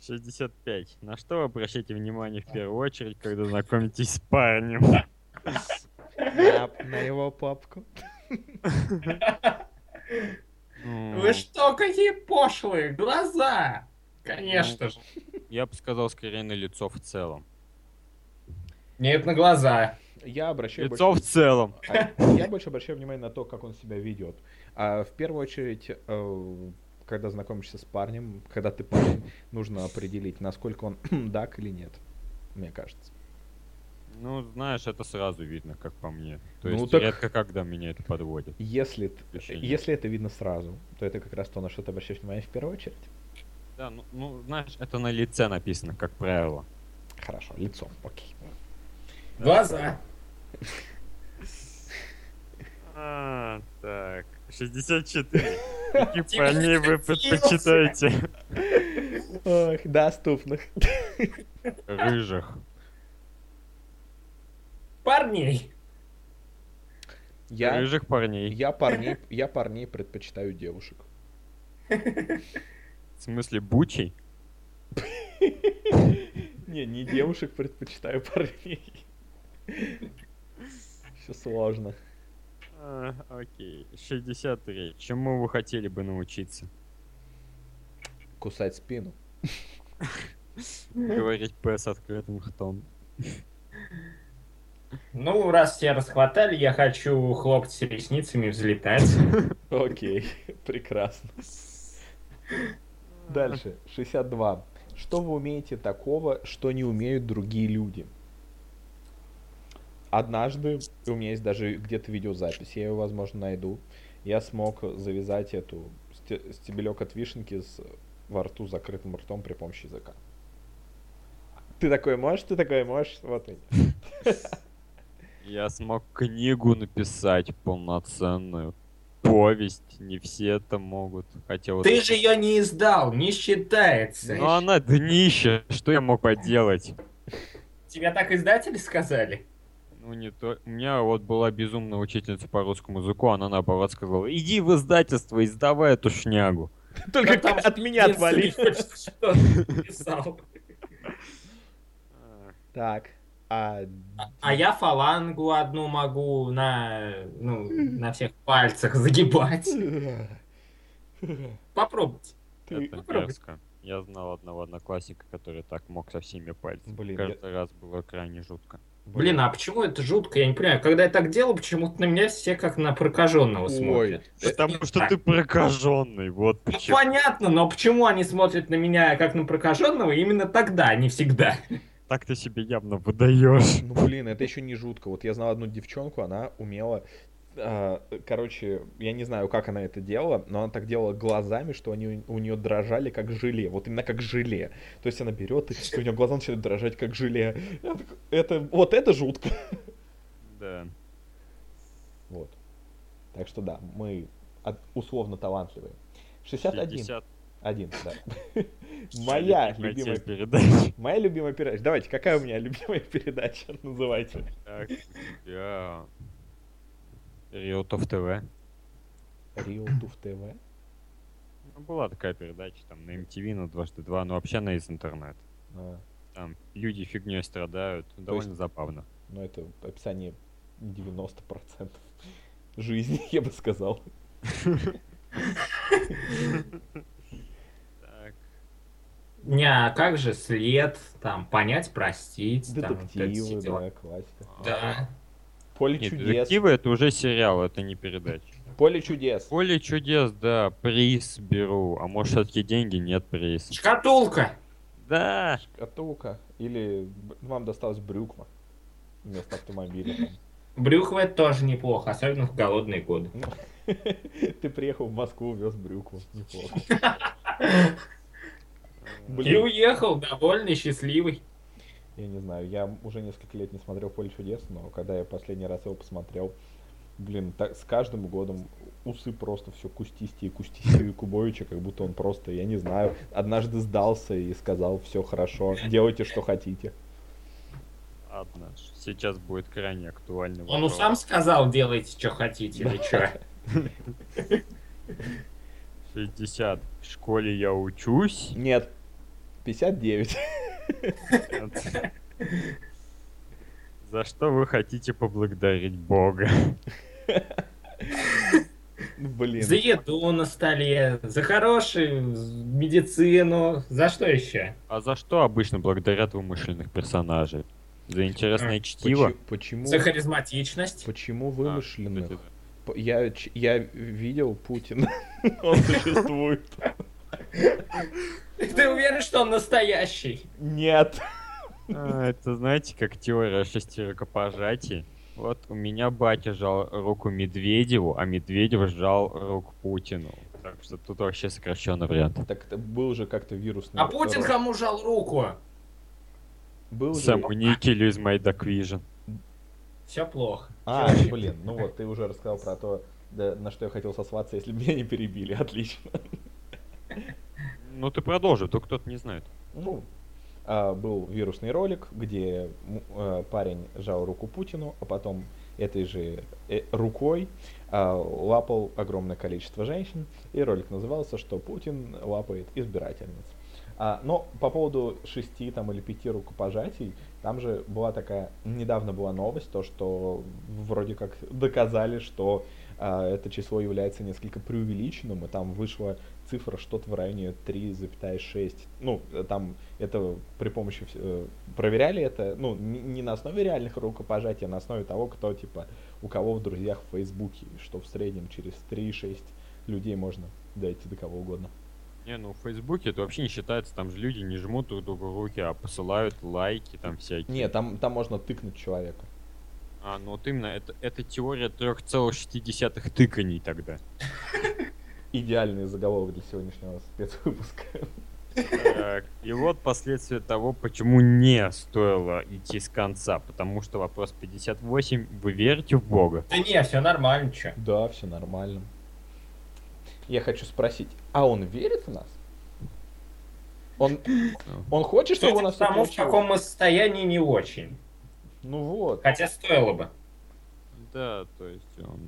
65. На что вы обращаете внимание в первую очередь, когда знакомитесь с парнем? На его папку. Вы что, какие пошлые глаза! Конечно же. Я бы сказал скорее на лицо в целом. Нет, на глаза. Я обращаю Лицо в целом. А Я больше обращаю внимание на то, как он себя ведет. А в первую очередь, э, когда знакомишься с парнем, когда ты парень, нужно определить, насколько он дак или нет. Мне кажется. Ну, знаешь, это сразу видно, как по мне. То Ну, есть так- редко когда меня это подводит. Если, т- Вообще нет. если это видно сразу, то это как раз то, на что ты обращаешь внимание в первую очередь. Да, ну, ну, знаешь, это на лице написано, как правило. Хорошо, лицом, окей. Глаза. А, так, 64. Какие Тихо, парней вы предпочитаете? Ох, доступных. Рыжих. Парней. Я, Рыжих парней. я, парней, я парней предпочитаю девушек. В смысле, бучей? Не, не девушек предпочитаю парней. Все сложно. А, окей, 63. Чему вы хотели бы научиться? Кусать спину. Говорить П с открытым ртом. Ну, раз тебя расхватали, я хочу хлопать ресницами и взлетать. Окей, прекрасно. Дальше, 62. Что вы умеете такого, что не умеют другие люди? Однажды, у меня есть даже где-то видеозапись, я ее, возможно, найду, я смог завязать эту сте- стебелек от вишенки с во рту с закрытым ртом при помощи языка. Ты такое можешь, ты такое можешь, вот и. Я смог книгу написать полноценную. Повесть, не все это могут. Хотя вот... Ты же ее не издал, не считается. Ну она днище, что я мог поделать? Тебя так издатели сказали? Ну не то. У меня вот была безумная учительница по русскому языку, она наоборот сказала, иди в издательство, издавай эту шнягу. Только Потому что от меня единственное, отвали. что ты писал. Так. А, А я фалангу одну могу на, ну, на всех пальцах загибать. Хм. Попробуйте. Это мерзко. Я знал одного одноклассника, который так мог со всеми пальцами. Блин, Каждый раз было крайне жутко. Блин, а почему это жутко? Я не понимаю. Когда я так делал, почему-то на меня все как на прокаженного Ой, смотрят. Потому что ты прокаженный, вот Ну, почему. понятно, но почему они смотрят на меня как на прокаженного именно тогда, а не всегда? Так ты себе явно выдаешь. Ну блин, это еще не жутко. Вот я знал одну девчонку, она умела. а, Короче, я не знаю, как она это делала, но она так делала глазами, что они у нее дрожали как желе. Вот именно как желе. То есть она берет, и у нее глаза начинают дрожать как желе. Я такой, Это, вот это жутко. Да. Вот. Так что да, мы от- условно талантливые. 61. 51. Один, да. Моя любимая, передача. моя любимая передача. Давайте, какая у меня любимая передача? Называйте. Так, я... Риотов ТВ. Real Туф ТВ. Ну, была такая передача там на MTV, на дважды два, но вообще она из интернета. А, Там люди фигней страдают. Довольно забавно. Ну, это описание 90% жизни, я бы сказал. Так, Не, а как же след, там, понять, простить, там, вот эти все Детективы, дела. да, классика. Да. Поле Нет, А, чудес. детективы это уже сериал, это не передача. Поле чудес. Поле чудес, да, приз беру. А может все-таки деньги? Нет приз. Шкатулка! Да! Шкатулка. Или б- вам досталась брюква вместо автомобиля. Брюхва это тоже неплохо, особенно в голодные годы. Ну, Ты приехал в Москву, вез брюкву. Неплохо. И Блин, уехал довольный, счастливый. я не знаю, я уже несколько лет не смотрел «Поле чудес», но когда я последний раз его посмотрел, блин, та- с каждым годом усы просто все кустистее, кустистее у Кубовича, как будто он просто, я не знаю, однажды сдался и сказал, все хорошо, делайте, что хотите. Ладно, сейчас будет крайне актуальный Он ну вопрос. сам сказал, делайте, что хотите, или что. 60. В школе я учусь. Нет, 59. За что вы хотите поблагодарить Бога? Блин. За еду на столе, за хорошую медицину, за что еще? А за что обычно благодарят вымышленных персонажей? За интересное чтиво? А, Почему- Почему? За харизматичность. Почему А, вымышленных? кстати, П- Я, ч- я видел Путина. Он существует. Ты уверен, что он настоящий? Нет. А, Это знаете, как теория шести рукопожатий. Вот у меня батя жал руку Медведеву, а Медведев жал руку Путину. Так что тут вообще сокращенный вариант. Так это был же как-то вирусный. А Путин рост. кому жал руку? был же. Саму Никелю из My Duck Vision. Все плохо. А, Чё? блин, ну вот ты уже рассказал про то, да, на что я хотел сосваться, если бы меня не перебили. Отлично. Ну ты продолжи, то кто-то не знает. Ну, а, был вирусный ролик, где м, э, парень жал руку Путину, а потом этой же э, рукой а, лапал огромное количество женщин. И ролик назывался, что Путин лапает избирательниц. А, но по поводу шести там, или пяти рукопожатий, там же была такая, недавно была новость, то, что вроде как доказали, что а, это число является несколько преувеличенным, и там вышла цифра что-то в районе 3,6. Ну, э, там это при помощи... вс- э, Проверяли это, ну, не не на основе реальных рукопожатий, а на основе того, кто, типа, у кого в друзьях в Фейсбуке, что в среднем через 3,6 людей можно дойти до кого угодно. Не, ну в Фейсбуке это вообще не считается, там же люди не жмут друг другу руки, а посылают лайки там всякие. Не, там, там можно тыкнуть человека. А, ну вот именно, это, это теория 3,6 тыканий тогда. Идеальный заголовок для сегодняшнего спецвыпуска. Так, и вот последствия того, почему не стоило идти с конца, потому что вопрос 58, вы верите в Бога? Да не, все нормально, че. Да, все нормально. Я хочу спросить, а он верит в нас? Он, он хочет, чтобы у нас всё Потому в получилось? таком мы состоянии не очень. Ну вот. Хотя стоило бы. Да, то есть он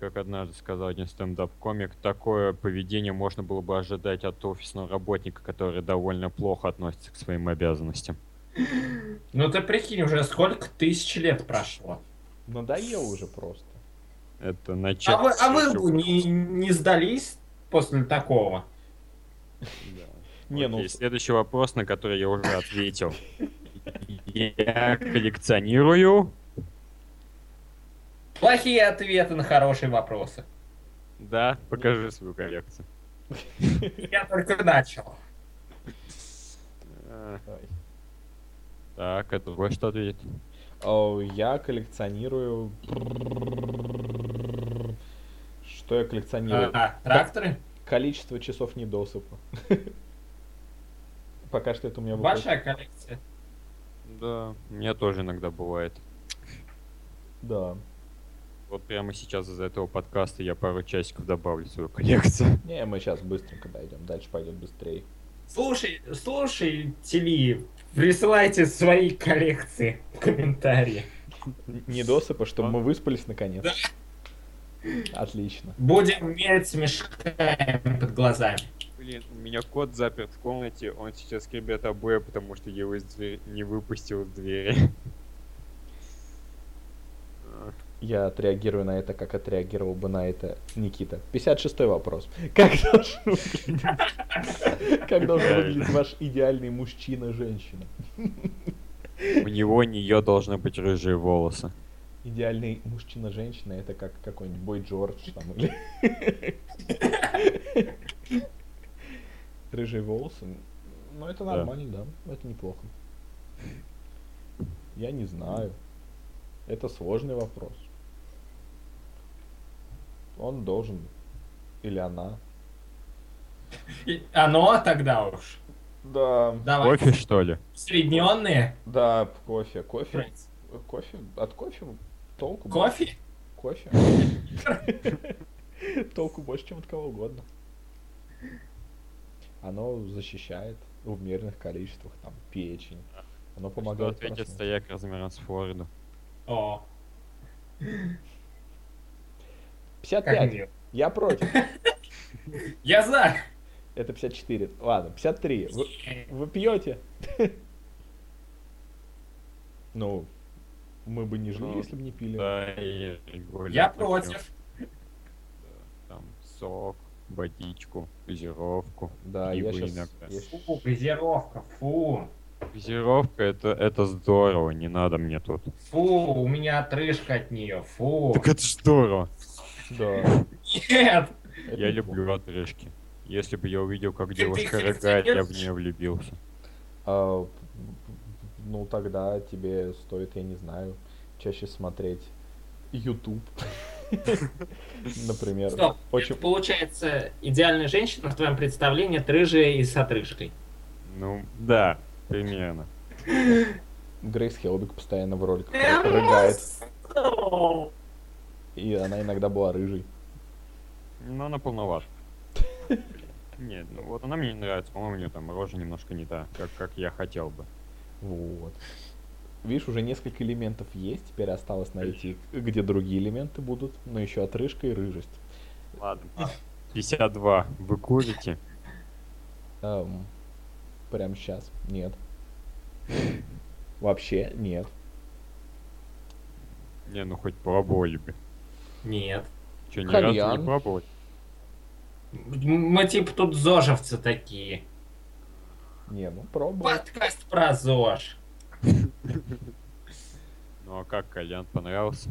как однажды сказал один стендап-комик, такое поведение можно было бы ожидать от офисного работника, который довольно плохо относится к своим обязанностям. Ну ты прикинь, уже сколько тысяч лет прошло. Надоел уже просто. Это начало. А вы, а вы бы не, не сдались после такого? Не, ну, Окей, следующий вопрос, на который я уже ответил. Я коллекционирую. Плохие ответы на хорошие вопросы. Да, покажи свою коллекцию. Я только начал. Э, давай. Так, это другой что ответит? О, я коллекционирую... Что я коллекционирую? А, тракторы? Количество часов недосыпа. Пока что это у меня выходит. Большая коллекция. Да, у меня тоже иногда бывает. Да. Вот прямо сейчас из этого подкаста я пару часиков добавлю в свою коллекцию. Не, мы сейчас быстренько дойдем. Дальше пойдет быстрее. Слушай, слушай, Тили, присылайте свои коллекции в комментарии. Н- Недосыпа, чтобы А? мы выспались наконец. Отлично. Будем мерить мешками под глазами. Блин, у меня кот заперт в комнате, он сейчас скребет обои, потому что я его из двери- не выпустил из двери. Э, Я отреагирую на это, как отреагировал бы на это Никита. 56-й вопрос. Как должен выглядеть- как должен выглядеть ваш идеальный мужчина-женщина? У него, нее должны быть рыжие волосы. Идеальный мужчина-женщина это как какой-нибудь Бой Джордж там или... Рыжие волосы. Ну это Да. нормально, да. Это неплохо. Я не знаю. Это сложный вопрос. Он должен. Или она. И оно тогда уж. Да, Давай. Кофе, что ли? Усредненные. да, кофе. Кофе. Кофе. От кофе толку. больше. Кофе? Кофе. Толку больше, чем от кого угодно. Оно защищает в умеренных количествах, там, печень. Оно Что помогает ответит проснуться. стояк размером с Флориду? О, как 55. мило. Я против. Я за. Это 54. Ладно, 53. Вы, вы пьете? Ну, мы бы не жили, Ну, если бы не пили. Да, и регулярно Я пью. против. Там сок, водичку, газировку. Да, я пиво сейчас... иногда. Фу, газировка, фу. Газировка это, это здорово, не надо мне тут. Фу, у меня отрыжка от нее, фу. Так это ж здорово. Да. Нет, это Я неплохо. люблю отрыжки. Если бы я увидел, как Ты- девушка ты рыгает, я бы в коллекционируешь? нее влюбился. А, ну, тогда тебе стоит, я не знаю, чаще смотреть YouTube. Например. стоп. Очень... Это получается, идеальная женщина в твоем представлении это рыжая и с отрыжкой. Ну, да, примерно. Грейс Хелбик постоянно в роликах ры- рыгает. И она иногда была рыжей. Но она полноват. Нет, ну вот она мне не нравится, по-моему, у нее там рожа немножко не та, как, как я хотел бы. Вот. Видишь, уже несколько элементов есть, теперь осталось найти, где другие элементы будут, но еще отрыжка и рыжесть. Ладно. А. 52. Вы курите? Эм, прям сейчас. Нет. Вообще нет. Не, ну хоть пробовали бы. Нет. Че, ни разу Кальян. не пробовали? М- Мы типа тут зожевцы такие. Не, ну пробовал. Подкаст про зож. Ну а как, кальян понравился?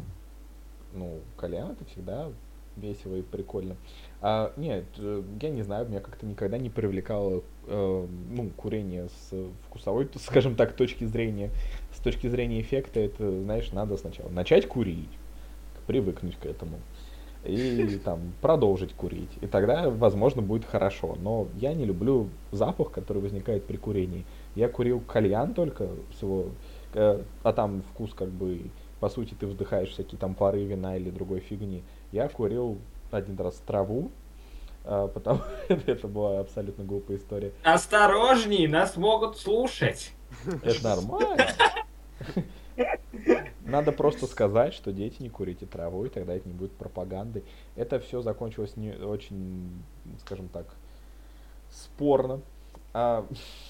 ну, кальян это всегда весело и прикольно. А, нет, э, я не знаю, меня как-то никогда не привлекало э, ну, курение с э, вкусовой, т- скажем так, точки зрения. С точки зрения эффекта, это, знаешь, надо сначала начать курить, привыкнуть к этому, и там продолжить курить. И тогда, возможно, будет хорошо. Но я не люблю запах, который возникает при курении. Я курил кальян только всего, э, а там вкус как бы по сути, ты вдыхаешь всякие там пары вина или другой фигни. Я курил один раз траву, а, потому это была абсолютно глупая история. Осторожней, нас могут слушать. Это нормально. Надо просто сказать, что дети не курите траву, и тогда это не будет пропаганды. Это все закончилось не очень, скажем так, спорно. А,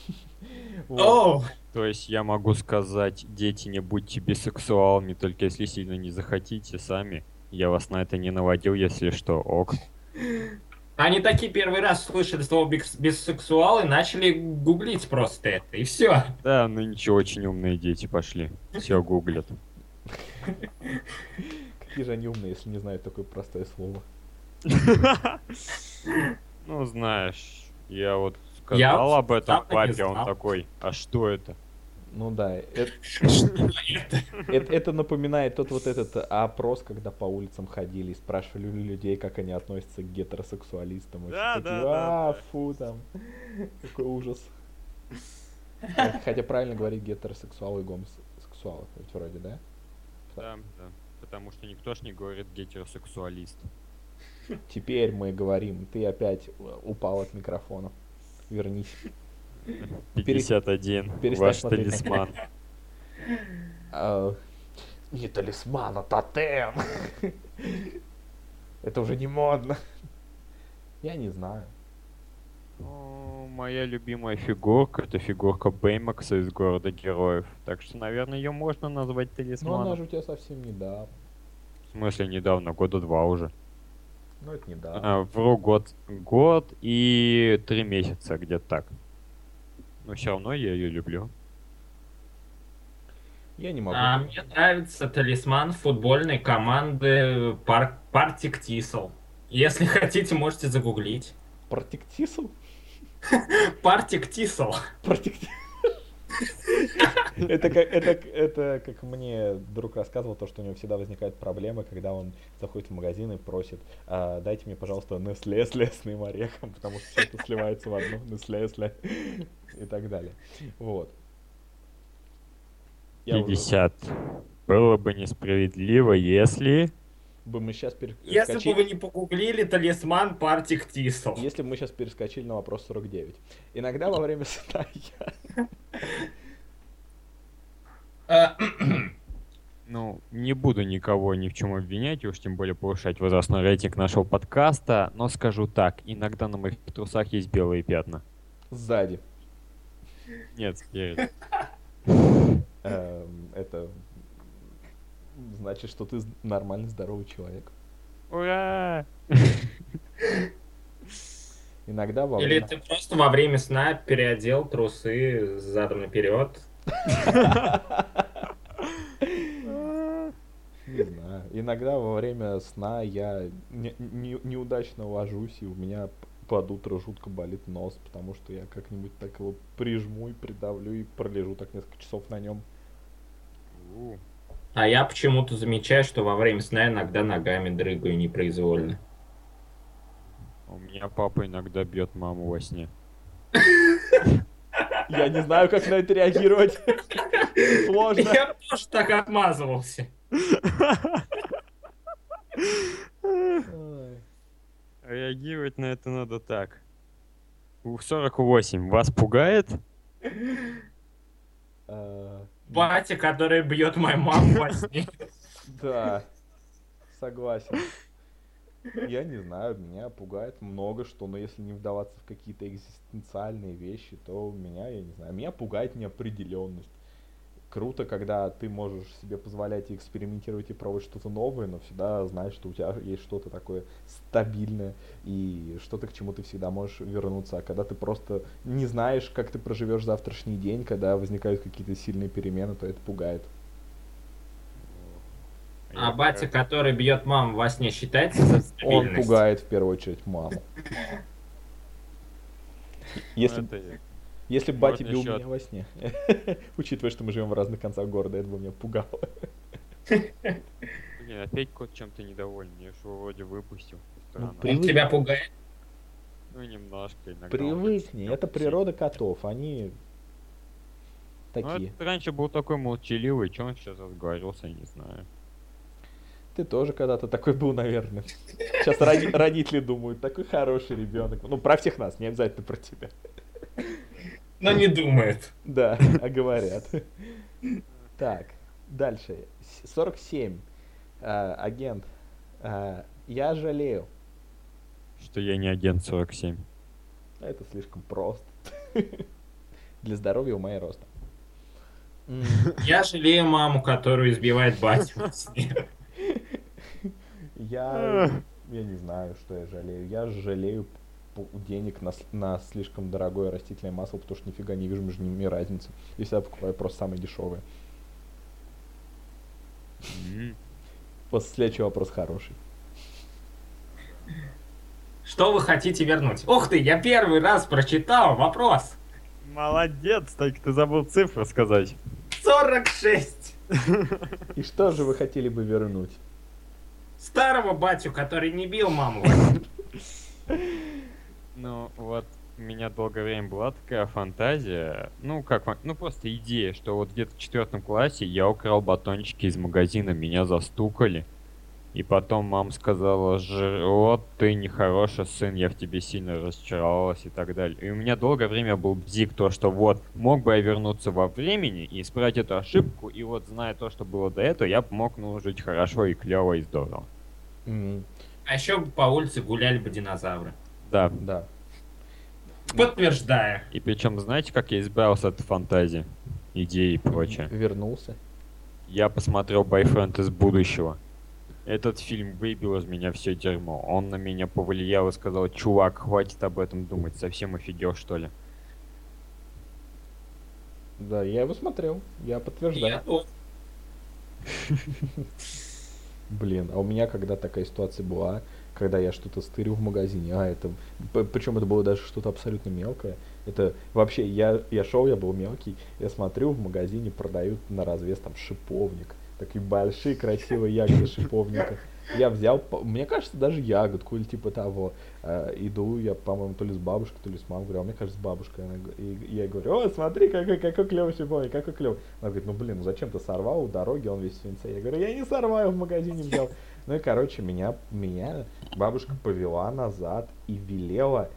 вот. Оу! То есть я могу сказать, дети, не будьте бисексуалами, только если сильно не захотите сами. Я вас на это не наводил, если что, ок. Они такие первый раз слышали слово бикс- бисексуал и начали гуглить просто это, и все. Да, ну ничего, очень умные дети пошли. Все гуглят. Какие же они умные, если не знают такое простое слово. Ну, знаешь, я вот Я сказал вот об этом сам так и папе, он знал. такой, а что это? Ну да, это, Это это- это напоминает тот вот этот опрос, когда по улицам ходили и спрашивали у людей, как они относятся к гетеросексуалистам. И Да, все такие, да, да, а, да. фу, там, какой ужас. Хотя- Хотя правильно говорить гетеросексуалы и гомосексуалы, ведь вроде, да? Да, да. Потому что никто ж не говорит гетеросексуалист. Теперь мы говорим, ты опять э, упал от микрофона. Вернись. 51. перестань Ваш смотреть на талисман. А, Не талисман, а тотем. Это уже не модно. Я не знаю. Ну, Моя любимая фигурка это фигурка Бэймакса из города героев. Так что, наверное, ее можно назвать Ну, она талисманом. же у тебя совсем недавно. В смысле, недавно, года два уже. Ну, это недавно. А, вру год. Год и три месяца, где-то так. Но все равно я ее люблю. Я не могу. А мне нравится талисман футбольной команды пар... Партик Тисел. Если хотите, можете загуглить. Протектисл? Партик Тисел. Протекти- Это как, это, к- это как мне друг рассказывал, то, что у него всегда возникают проблемы, когда он заходит в магазин и просит, «А, дайте мне, пожалуйста, Несле с лесным орехом, потому что все это сливается в одну Несле с ле- и так далее. Вот. Я уже- 50. Было бы несправедливо, если... бы мы сейчас Если бы перескочили... вы не погуглили талисман Партик Тисел. Если бы мы сейчас перескочили на вопрос 49. Иногда во время сна я... Э, Ну, не буду никого ни в чем обвинять, и уж тем более повышать возрастной рейтинг нашего подкаста, но скажу так, иногда на моих трусах есть белые пятна. Сзади. Нет, спереди. Эм, Это значит, что ты з- нормальный, здоровый человек. Ура! Иногда во Или время... ты просто во время сна переодел трусы задом наперед. Не знаю. Иногда во время сна я не- не- неудачно ложусь, и у меня п- под утро жутко болит нос, потому что я как-нибудь так его прижму и придавлю, и пролежу так несколько часов на нем. У, А я почему-то замечаю, что во время сна иногда ногами дрыгаю непроизвольно. У меня папа иногда бьет маму во сне. Я не знаю, как на это реагировать. Сложно. Я тоже так отмазывался. Ой. Реагировать на это надо так. У 48. Вас пугает? Э, Батя, который бьет мою маму во сне. Да, согласен. Я не знаю, меня пугает много что, но если не вдаваться в какие-то экзистенциальные вещи, то меня, я не знаю, меня пугает неопределенность. Круто, когда ты можешь себе позволять и экспериментировать и пробовать что-то новое, но всегда знаешь, что у тебя есть что-то такое стабильное и что-то, к чему ты всегда можешь вернуться. А когда ты просто не знаешь, как ты проживешь завтрашний день, когда возникают какие-то сильные перемены, то это пугает. А батя, который бьет маму во сне, считается за Он стабильность? пугает в первую очередь маму. Ну, Если, если бы батя можно бил ну, ещё меня во сне. Учитывая, что мы живем в разных концах города, это бы меня пугало. Блин, опять кот чем-то недоволен. Я же его вроде выпустил. Ну, Странно. при- Он тебя пугает? Ну, немножко иногда. он Привыкни, меня это психует. природа котов, они Ну, такие. этот раньше был такой молчаливый, чем он сейчас разговорился, не знаю. Ты тоже когда-то такой был, наверное. Сейчас роди- родители думают, такой хороший ребенок. Ну, про всех нас, не обязательно про тебя. Но не думает. Да, а говорят. Так, Дальше. С- 47. А, агент. А, я жалею. Что я не агент 47. А Это слишком просто. Для здоровья ума и роста. М, Я жалею маму, которую избивает батя во сне. Я... Я не знаю, что я жалею. Я жалею п- денег на, с- на слишком дорогое растительное масло, потому что нифига не вижу между ними разницы. Я всегда покупаю просто самое дешевое. М. Вот следующий вопрос хороший. Что вы хотите вернуть? Ух ты, я первый раз прочитал вопрос. Молодец, так ты забыл цифру сказать. 46. И что же вы хотели бы вернуть? Старого батю, который не бил маму. Ну, вот у меня долгое время была такая фантазия, ну как, фан- ну просто идея, что вот где-то в четвертом классе я украл батончики из магазина, меня застукали, и потом мама сказала, «Ж- вот ты нехороший сын, я в тебе сильно разочаровалась и так далее. И у меня долгое время был бзик, то что вот, мог бы я вернуться во времени и исправить эту ошибку, и вот зная то, что было до этого, я бы мог ну, жить хорошо и клево и здорово. М, А еще бы по улице гуляли бы динозавры. Да, Да. Подтверждаю. И причем, знаете, как я избавился от фантазии, идеи и прочее? Вернулся. Я посмотрел «Байфренд из будущего». Этот фильм выбил из меня все дерьмо. Он на меня повлиял и сказал, чувак, хватит об этом думать, совсем офигел, что ли? Да, я его смотрел. Я подтверждаю. Я тоже. Блин, а у меня когда такая ситуация была, когда я что-то стырил в магазине, а это, причем это было даже что-то абсолютно мелкое, это вообще, я, я шел, я был мелкий, я смотрю, в магазине продают на развес там шиповник, такие большие красивые ягоды шиповника. Я взял, по- мне кажется, даже ягодку или типа того. Э, Иду я, по-моему, то ли с бабушкой, то ли с мамой, говорю, а мне кажется, с бабушкой. Она г- и- и я говорю, о, смотри, какой, какой клевый шиповник, какой клевый. Она говорит, ну блин, ну зачем ты сорвал у дороги, он весь в свинце. Я говорю, я не сорвал, я в магазине взял. Ну и, короче, меня, меня бабушка повела назад и велела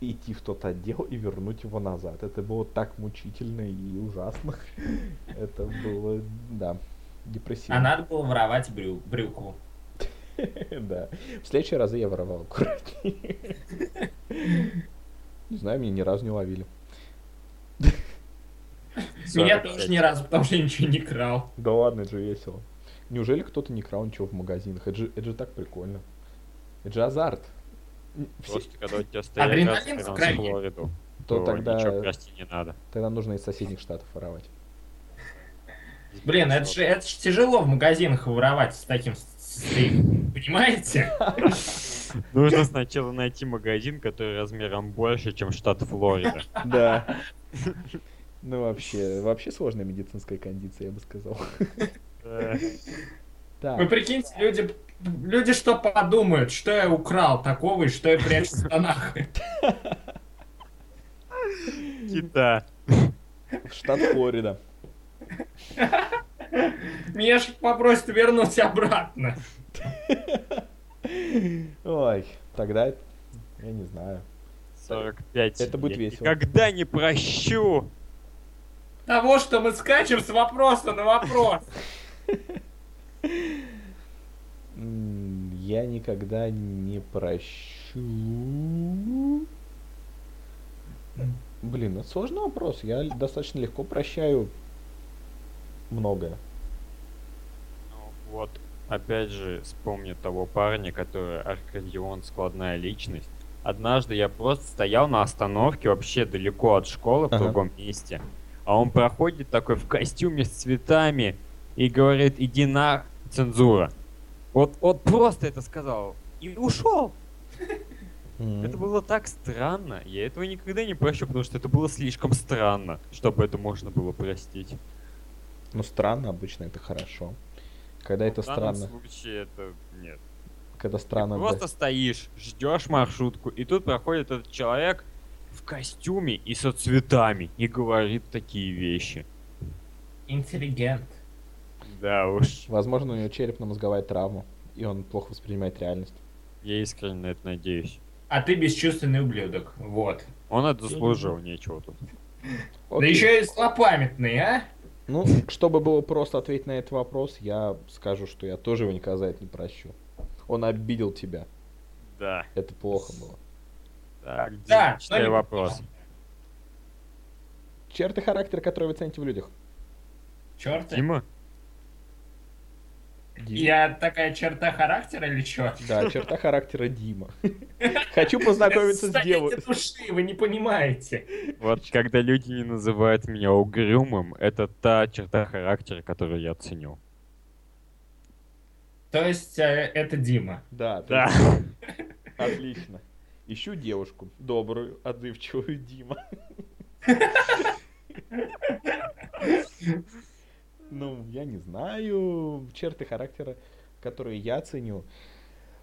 идти в тот отдел и вернуть его назад. Это было так мучительно и ужасно. Это было, да, депрессивно. А надо было воровать брю- брюкву. Да. В следующие разы я воровал аккуратнее. Не знаю, меня ни разу не ловили. Меня 45. тоже ни разу, потому что я ничего не крал. Да ладно, это же весело. Неужели кто-то не крал ничего в магазинах? Это же, это же так прикольно. Это же азарт. М, все- Просто когда у тебя стоят Адреналин раз, когда в он с крови. Флориду, то то ничего тогда, прости не надо. тогда нужно из соседних штатов воровать. Блин, это же, это ж тяжело в магазинах воровать с таким... с- с- Понимаете? Нужно сначала найти магазин, который размером больше, чем штат Флорида. Да. Ну вообще, вообще сложная медицинская кондиция, я бы сказал. Э, Вы Так, прикиньте, люди... Люди что подумают, что я украл такого и что я прячу в штанах. Кита. штат Флорида. Меня же попросят вернуть обратно. Ой, тогда это- я не знаю. 45. Это будет Я весело. Никогда не прощу. Того, что мы скачем с вопроса на вопрос. М, Я никогда не прощу. Блин, это сложный вопрос. Я л- достаточно легко прощаю многое. Ну, Вот, опять же, вспомню того парня, который Аркадион, складная личность. Однажды я просто стоял на остановке вообще далеко от школы в Ага. другом месте, а он проходит такой в костюме с цветами и говорит, иди на цензура. Вот, вот просто это сказал и ушел. Это было так странно. Я этого никогда не прощу, потому что это было слишком странно, чтобы это можно было простить. Ну, странно обычно, это хорошо. Когда это В данном странно, случае это нет. когда странно... Ты просто стоишь, ждешь маршрутку, и тут проходит этот человек в костюме и со цветами и говорит такие вещи. Интеллигент. Да уж. Возможно, у него черепно-мозговая травма, и он плохо воспринимает реальность. Я искренне на это надеюсь. А ты бесчувственный ублюдок. Вот. Он это заслужил, нечего тут. Да Окей. еще и злопамятный, а? Ну, чтобы было просто ответить на этот вопрос, я скажу, что я тоже его никогда за это не прощу. Он обидел тебя. Да. Это плохо было. Так, Дим, Да, читай что-нибудь. вопрос. Черты характера, которые вы цените в людях. Черт. Дима? Дима. Я такая черта характера или что? Да, черта характера Дима. Хочу познакомиться с девушкой. души, вы не понимаете. Вот когда люди не называют меня угрюмым, это та черта характера, которую я ценю. То есть э, это Дима. Да, ты- Да. отлично. Ищу девушку. Добрую, отзывчивую Дима. Ну, я не знаю. Черты характера, которые я ценю.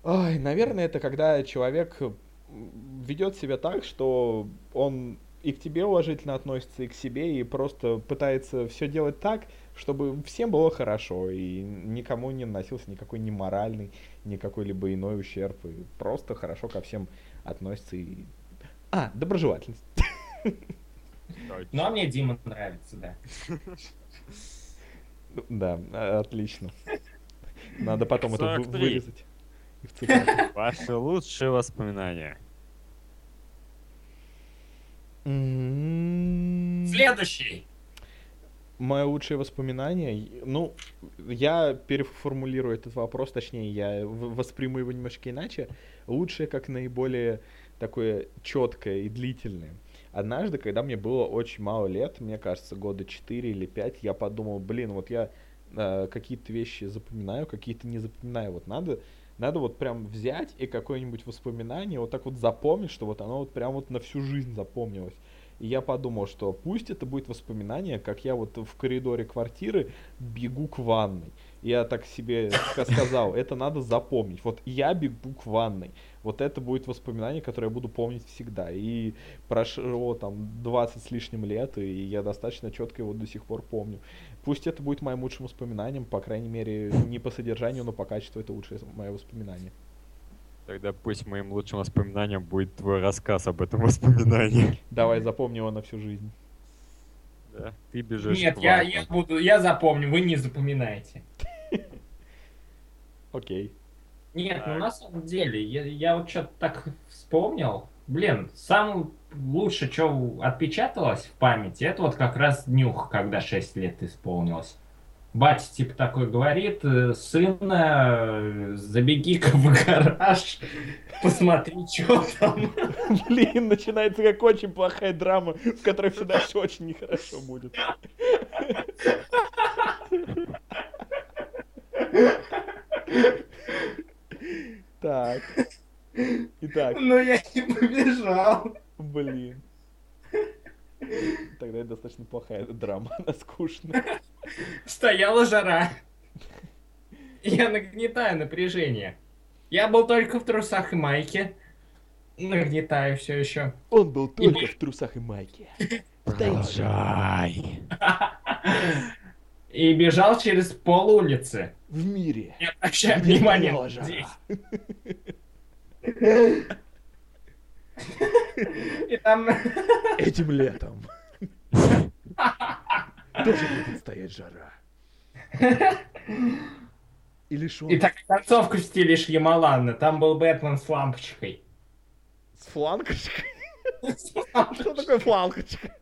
Ой, наверное, это когда человек м, ведет себя так, что он и к тебе уважительно относится, и к себе, и просто пытается все делать так, чтобы всем было хорошо, и никому не наносился никакой ни моральный, ни какой-либо иной ущерб, и просто хорошо ко всем относится и... А, доброжелательность. Ну, а мне Дима нравится, да. Ну, Да, э, отлично. Надо потом это вы- 43. вырезать. И в цитаты. Ваши лучшие воспоминания. М. Следующий. Мое лучшее воспоминание, и- ну, я переформулирую этот вопрос, точнее, я в- восприму его немножко иначе. Лучшее как наиболее такое четкое и длительное. Однажды, когда мне было очень мало лет, мне кажется, года 4 или 5, я подумал, блин, вот я э, какие-то вещи запоминаю, какие-то не запоминаю. Вот надо, надо вот прям взять и какое-нибудь воспоминание вот так вот запомнить, что вот оно вот прям вот на всю жизнь запомнилось. И я подумал, что пусть это будет воспоминание, как я вот в коридоре квартиры бегу к ванной. Я так себе ска- сказал, это надо запомнить. Вот я бегу к ванной. Вот это будет воспоминание, которое я буду помнить всегда. И прошло там 20 с лишним лет, и я достаточно четко его до сих пор помню. Пусть это будет моим лучшим воспоминанием, по крайней мере, не по содержанию, но по качеству это лучшее мое воспоминание. Тогда пусть моим лучшим воспоминанием будет твой рассказ об этом воспоминании. Давай запомни его на всю жизнь. Да, ты бежишь Нет, к я, ванне. я буду, я запомню, вы не запоминаете. Окей. Нет, ну Так. на самом деле, я, я вот что-то так вспомнил. Блин, самое лучше, что отпечаталось в памяти, это вот как раз днюх, когда 6 лет исполнилось. Батя типа такой говорит, э, сын, э, забеги-ка в гараж, посмотри, что там. Блин, начинается как очень плохая драма, в которой все дальше очень нехорошо будет. Так. Итак, Но я не побежал. блин. Тогда это достаточно плохая драма, она скучная. Стояла жара. Я нагнетаю напряжение. Я был только в трусах и майке. Нагнетаю все еще. Он был только в трусах и майке. Продолжай. И бежал через пол улицы. В мире. Не обращая Где внимания стояла на жара? людей. И там... Этим летом. Тоже будет стоять жара. И лишён И так концовку в стиле Шьямалана. Там был Бэтмен с лампочкой. С фланкочкой? Что такое фланкочка?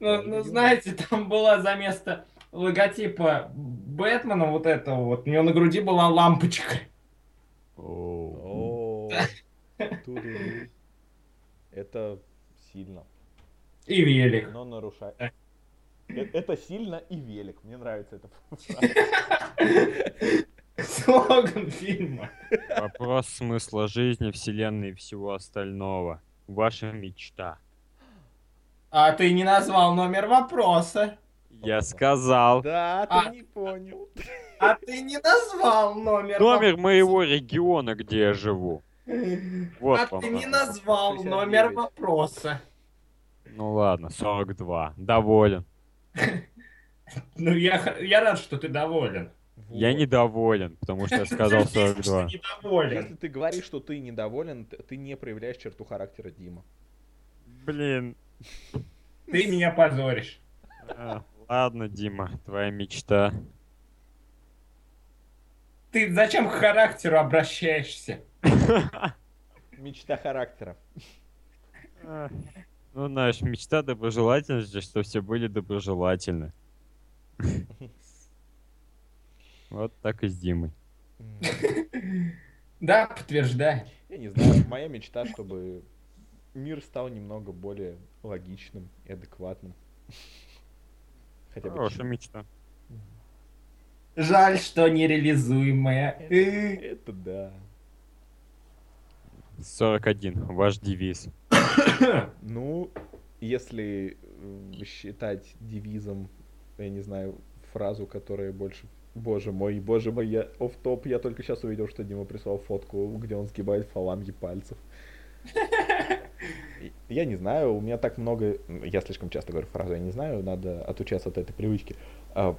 Ну, ну, знаете, там была за место логотипа Бэтмена вот этого вот. У него на груди была лампочка. Оу. О, ту-ду-ду. Это сильно. И велик. Но нарушает. Э, Это сильно и велик. Мне нравится это. Слоган фильма. Вопрос смысла жизни, вселенной и всего остального. Ваша мечта. А ты не назвал номер вопроса. Я сказал. Да, А. ты не понял. А ты не назвал номер Номер моего региона, где я живу. Вот а вам ты не вопрос. назвал 69. номер вопроса. Ну ладно, 42. Доволен. Ну, я, х- я рад, что ты доволен. Я недоволен, потому что я сказал 42. Ты недоволен. Если ты говоришь, что ты недоволен, т- ты не проявляешь черту характера Дима. Блин. Ты меня позоришь. А, Ладно, Дима, твоя мечта. Ты зачем к характеру обращаешься? Мечта характера. А, Ну, знаешь, мечта доброжелательности, что все были доброжелательны. Вот так и с Димой. М, Да, подтверждаю. Я не знаю, моя мечта, чтобы мир стал немного более логичным и адекватным. Хотя бы Хорошая мечта. чуть. Жаль, что нереализуемая. Э. Это да. 41. Ваш девиз. Ну, если м, считать девизом, я не знаю, фразу, которая больше... Боже мой, боже мой, я офф топ я только сейчас увидел, что Дима прислал фотку, где он сгибает фаланги пальцев. И- Я не знаю, у меня так много... м, Я слишком часто говорю фразу «я не знаю», надо отучаться от этой привычки. А,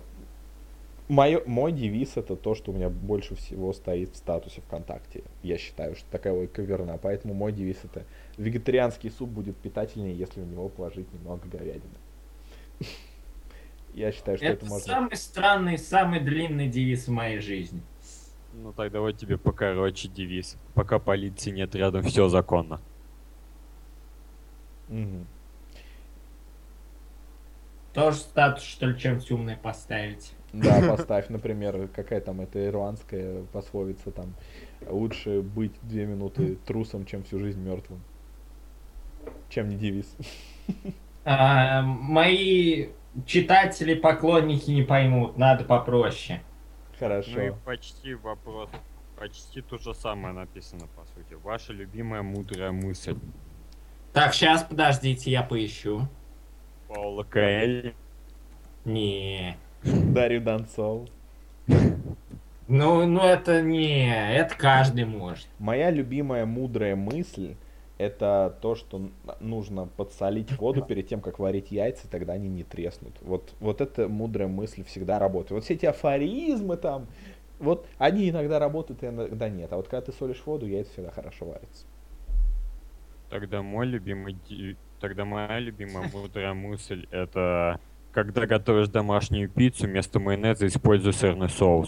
моё- мой девиз — это то, что у меня больше всего стоит в статусе ВКонтакте. Я считаю, что такая логика верна, поэтому мой девиз — это вегетарианский суп будет питательнее, если в него положить немного говядины. Я считаю, что это Это можно... самый странный, самый длинный девиз в моей жизни. Ну так давай тебе покороче девиз. Пока полиции нет рядом, все законно. Мгм. Тоже статус, что ли, чем-нибудь умное поставить. Да, поставь, например, какая там эта ирландская пословица там. Лучше быть две минуты трусом, чем всю жизнь мертвым. Чем не девиз. А, мои читатели, поклонники не поймут, надо попроще. Ну и Хорошо. почти вопрос. Почти то же самое написано, по сути. Ваша любимая мудрая мысль. Так, сейчас, подождите, я поищу. Паула Коэль. Не. Дарью Донцову. Ну, ну это не, это каждый может. Моя любимая мудрая мысль это то, что н- нужно подсолить воду перед тем, как варить яйца, и тогда они не треснут. Вот, вот эта мудрая мысль всегда работает. Вот все эти афоризмы там, вот они иногда работают, иногда нет. А вот когда ты солишь воду, яйца всегда хорошо варятся. Тогда мой любимый де- Тогда моя любимая мудрая мысль это когда готовишь домашнюю пиццу, вместо майонеза используй сырный соус.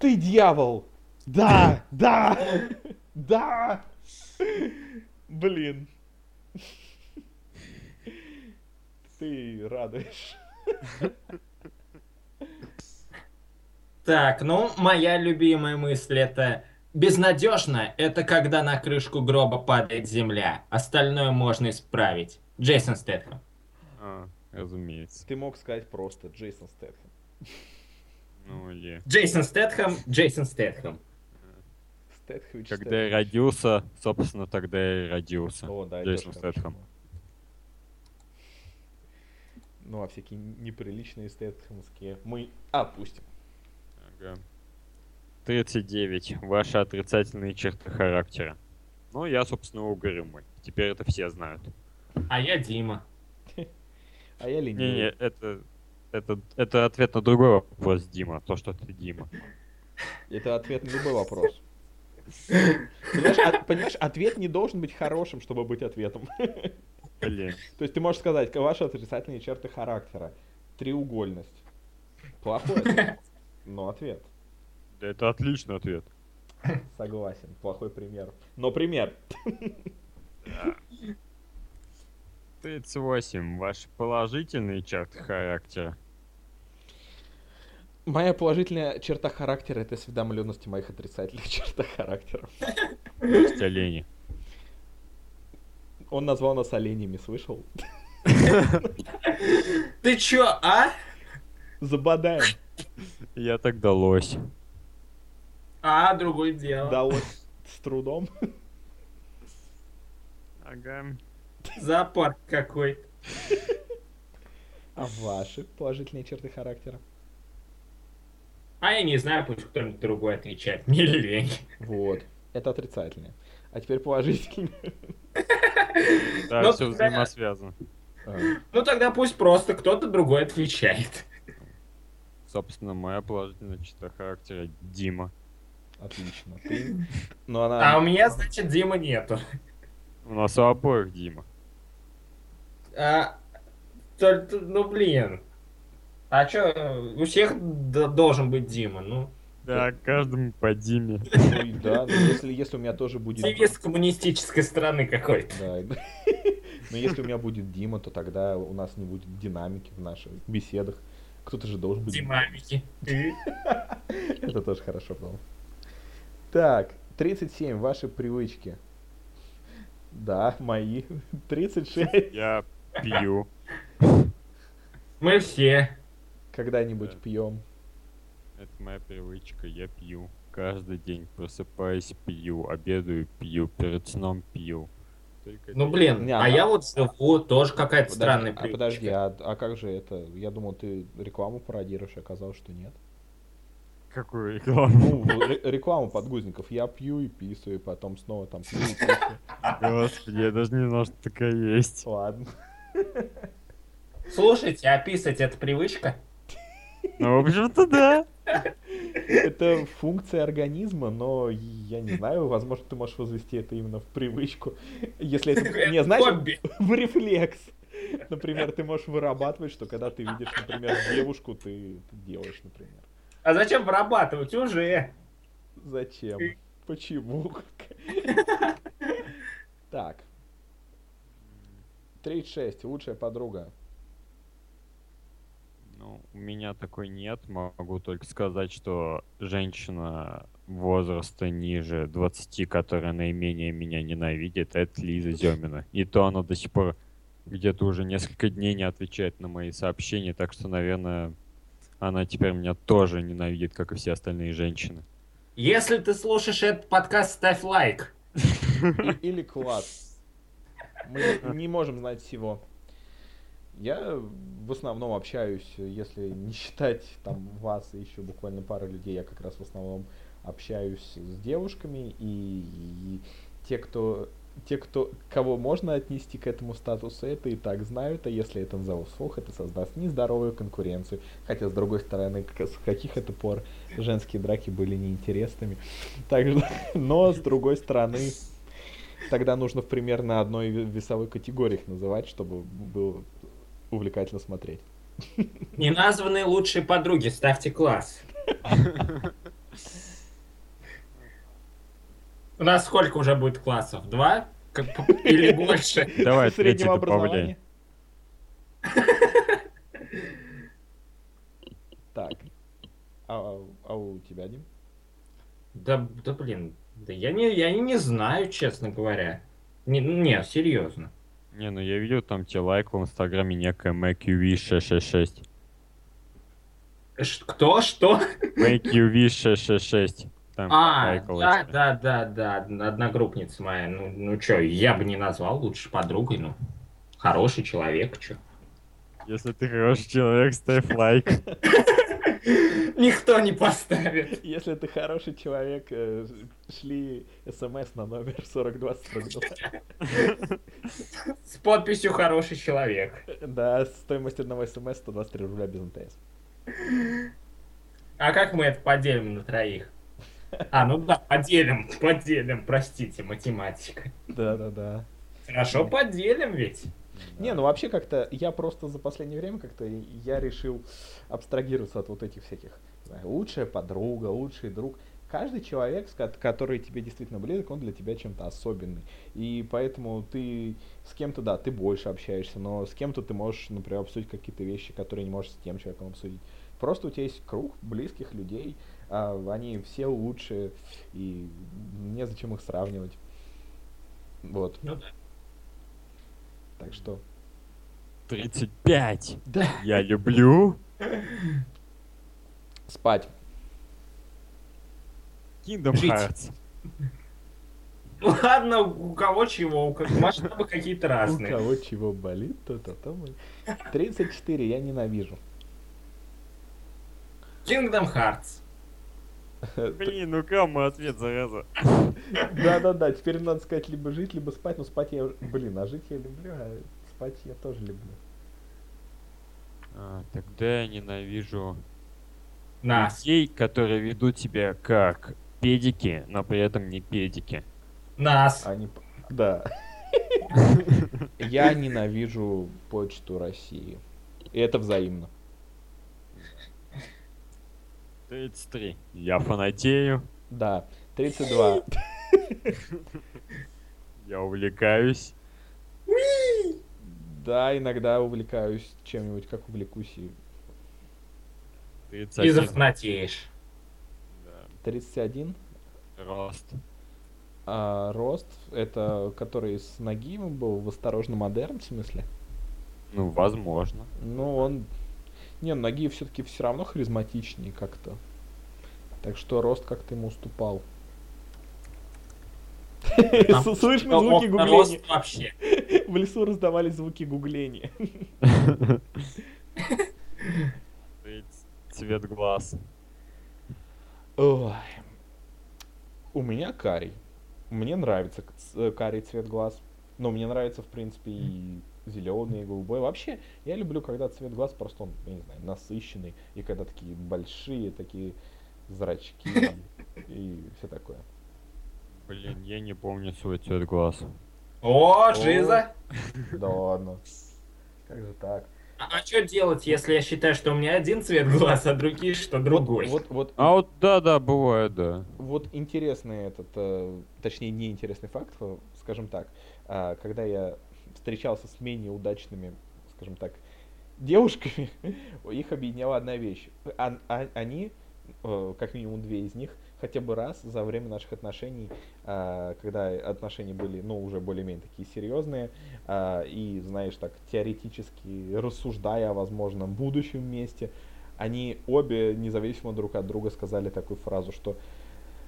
Ты дьявол! Да! Да! Да! Блин. Ты радуешь. Так, ну, моя любимая мысль это безнадежно, это когда на крышку гроба падает земля. Остальное можно исправить. Джейсон Стэтхэм. А, разумеется. Ты мог сказать просто Джейсон Стэтхэм. Ну или Джейсон Стэтхэм, Джейсон Стэтхэм. Стэтхэмич, когда я родился, собственно, тогда я и родился. О, да, Джейсон идёшь, Стэтхэм. хорошо. Ну, а всякие неприличные стэтхэмские мы опустим. Ага. 39. Ваши отрицательные черты характера. Ну, я, собственно, угрюмый. Теперь это все знают. А я Дима. А я ленивый. Не-не, это, это, это ответ на другой вопрос, Дима. То, что ты Дима. Это ответ на любой вопрос. Понимаешь, от- понимаешь, ответ не должен быть хорошим, чтобы быть ответом. Блин. То есть ты можешь сказать, «Ка- ваши отрицательные черты характера. Треугольность. Плохой ответ, но ответ. Да это отличный ответ. Согласен, плохой пример. Но пример. 38. Ваши положительные черты характера. Моя положительная черта характера — это осведомленность о моих отрицательных чертах характера. Есть олени. Он назвал нас оленями, слышал? Ты чё, а? Забодаем. Я тогда лось. А, другое дело. Далось с трудом. Ага. Зоопарк какой-то. А ваши положительные черты характера? А я не знаю, пусть кто-нибудь другой отвечает. Не лень. Вот. Это отрицательные. А теперь положительные. Да, Ну, все да. взаимосвязано. А, Ну тогда пусть просто кто-то другой отвечает. Собственно, моя положительная черта характера Дима. Отлично. Ты- Ну, А у она... меня, значит, Дима нету. У нас у обоих Дима. А, то- то- ну блин. А чё, у всех д- должен быть Дима, ну. Да, каждому по Диме. Ну и да, но если, если у меня тоже будет... Дима с коммунистической страны какой-то. Да. Но если у меня будет Дима, то тогда у нас не будет динамики в наших беседах. Кто-то же должен быть. Динамики. Это тоже хорошо было. Так, 37, ваши привычки. Да, мои. 36. Я пью. Мы все. Когда-нибудь Да. пьем. Это моя привычка, я пью. Каждый день просыпаюсь, пью, обедаю, пью, перед сном пью. Только Ну это блин, Не, а а- я вот живу тоже какая-то странная а привычка. подожди, а, а как же это? Я думал, ты рекламу пародируешь, оказалось, что нет. я- Какую рекламу? Ну, ре- рекламу подгузников. Я пью и писаю, и потом снова там пью и писаю. Господи, я даже не знал, что такая есть. Ладно. Слушайте, а писать это привычка? Ну, в общем-то, да. Это функция организма, но я не знаю, возможно, ты можешь возвести это именно в привычку. Если это, не, знаешь, Хобби. в рефлекс. Например, ты можешь вырабатывать, что когда ты видишь, например, девушку, ты это делаешь, например. А зачем вырабатывать уже? Зачем? Почему? Так. 36. Лучшая подруга. Ну, у меня такой нет. Могу только сказать, что женщина возраста ниже 20, которая наименее меня ненавидит, это Лиза Зёмина. И то она до сих пор где-то уже несколько дней не отвечает на мои сообщения, так что, наверное, она теперь меня тоже ненавидит, как и все остальные женщины. Если ты слушаешь этот подкаст, ставь лайк. И- Или класс. Мы не можем знать всего. Я в основном общаюсь, если не считать там вас и еще буквально пара людей, я как раз в основном общаюсь с девушками и, и те, кто те, кто, кого можно отнести к этому статусу, это и так знают, а если это назовут вслух, это создаст нездоровую конкуренцию. Хотя, с другой стороны, к- с каких это пор женские драки были неинтересными. Так что- но, с другой стороны, тогда нужно в примерно одной ве- весовой категории их называть, чтобы было увлекательно смотреть. Неназванные лучшие подруги, ставьте класс. У нас сколько уже будет классов? Два? Как по- Или больше? Давай, третий Среднего добавляй. образования. Так. А, а у тебя, Дим? Да, да блин, да я не, я не знаю, честно говоря. Не, не, серьезно. Не, ну я видел там тебе лайк в инстаграме некая MakeUV666. Ш- кто? Что? MakeUV666. Там А, лайкала да, тебя. да, да, да, одногруппница моя. Ну, ну чё, я бы не назвал лучше подругой, ну. Хороший человек, чё. Если ты хороший человек, ставь лайк. Никто не поставит. Если ты хороший человек, э, шли смс на номер 4242. С подписью «Хороший человек». Да, стоимость одного смс 123 рубля без МТС. А как мы это поделим на троих? А, ну да, поделим, поделим, простите, математика. Да-да-да. Хорошо, поделим ведь. Не, ну вообще как-то я просто за последнее время как-то я решил абстрагироваться от вот этих всяких. не знаю, лучшая подруга, лучший друг. Каждый человек, с ко- который тебе действительно близок, он для тебя чем-то особенный. И поэтому ты с кем-то, да, ты больше общаешься, но с кем-то ты можешь, например, обсудить какие-то вещи, которые не можешь с тем человеком обсудить. Просто у тебя есть круг близких людей, а, они все лучшие, и незачем их сравнивать. Вот, Ну да. так что... 35. Да. Я люблю Спать. Kingdom Жить. Hearts. Ну ладно, у кого чего, у кого масштабы какие-то У разные. кого чего болит, то то то болит. 34 я ненавижу. Kingdom Hearts. Блин, ну кому ответ, зараза? Да-да-да, теперь надо сказать либо жить, либо спать. Ну спать я... Блин, а жить я люблю, а спать я тоже люблю. А, тогда я ненавижу Нас. людей, которые ведут себя как педики, но при этом не педики. Нас. А не... п- Да. Я ненавижу почту России. И это взаимно. 33. Я фанатею, Да, 32. я увлекаюсь. Да, иногда увлекаюсь чем-нибудь, как увлекусь и 31. И зафнатеешь. Да. 31. Рост. А рост, это который с ноги был в осторожно модерн, в смысле? Ну, возможно. Ну, он... Не, ноги все-таки все равно харизматичнее как-то. Так что рост как-то ему уступал. Потому Слышно Но звуки он гугления. рост вообще. В лесу раздавались звуки гугления. Тридцать. Цвет глаз. Ой. У меня карий. Мне нравится к- ц- э, карий цвет глаз. Но мне нравится, в принципе, и зеленый, и голубой. Вообще, я люблю, когда цвет глаз просто, он, я не знаю, насыщенный. И когда такие большие такие зрачки и все такое. Блин, я не помню свой цвет глаз. О, Жиза! Да ладно. Как же так? А, что делать, если я считаю, что у меня один цвет глаз, а другие, что другой? Вот, вот, А вот да-да, бывает, да. Вот интересный этот, э, точнее неинтересный факт, э, скажем так, а, когда я встречался с менее удачными, скажем так, девушками, их объединяла одна вещь. А- а- они, э, как минимум две из них, хотя бы раз за время наших отношений, а, когда отношения были, ну, уже более-менее такие серьезные, а, и, знаешь, так теоретически рассуждая о возможном будущем вместе, они обе, независимо друг от друга, сказали такую фразу, что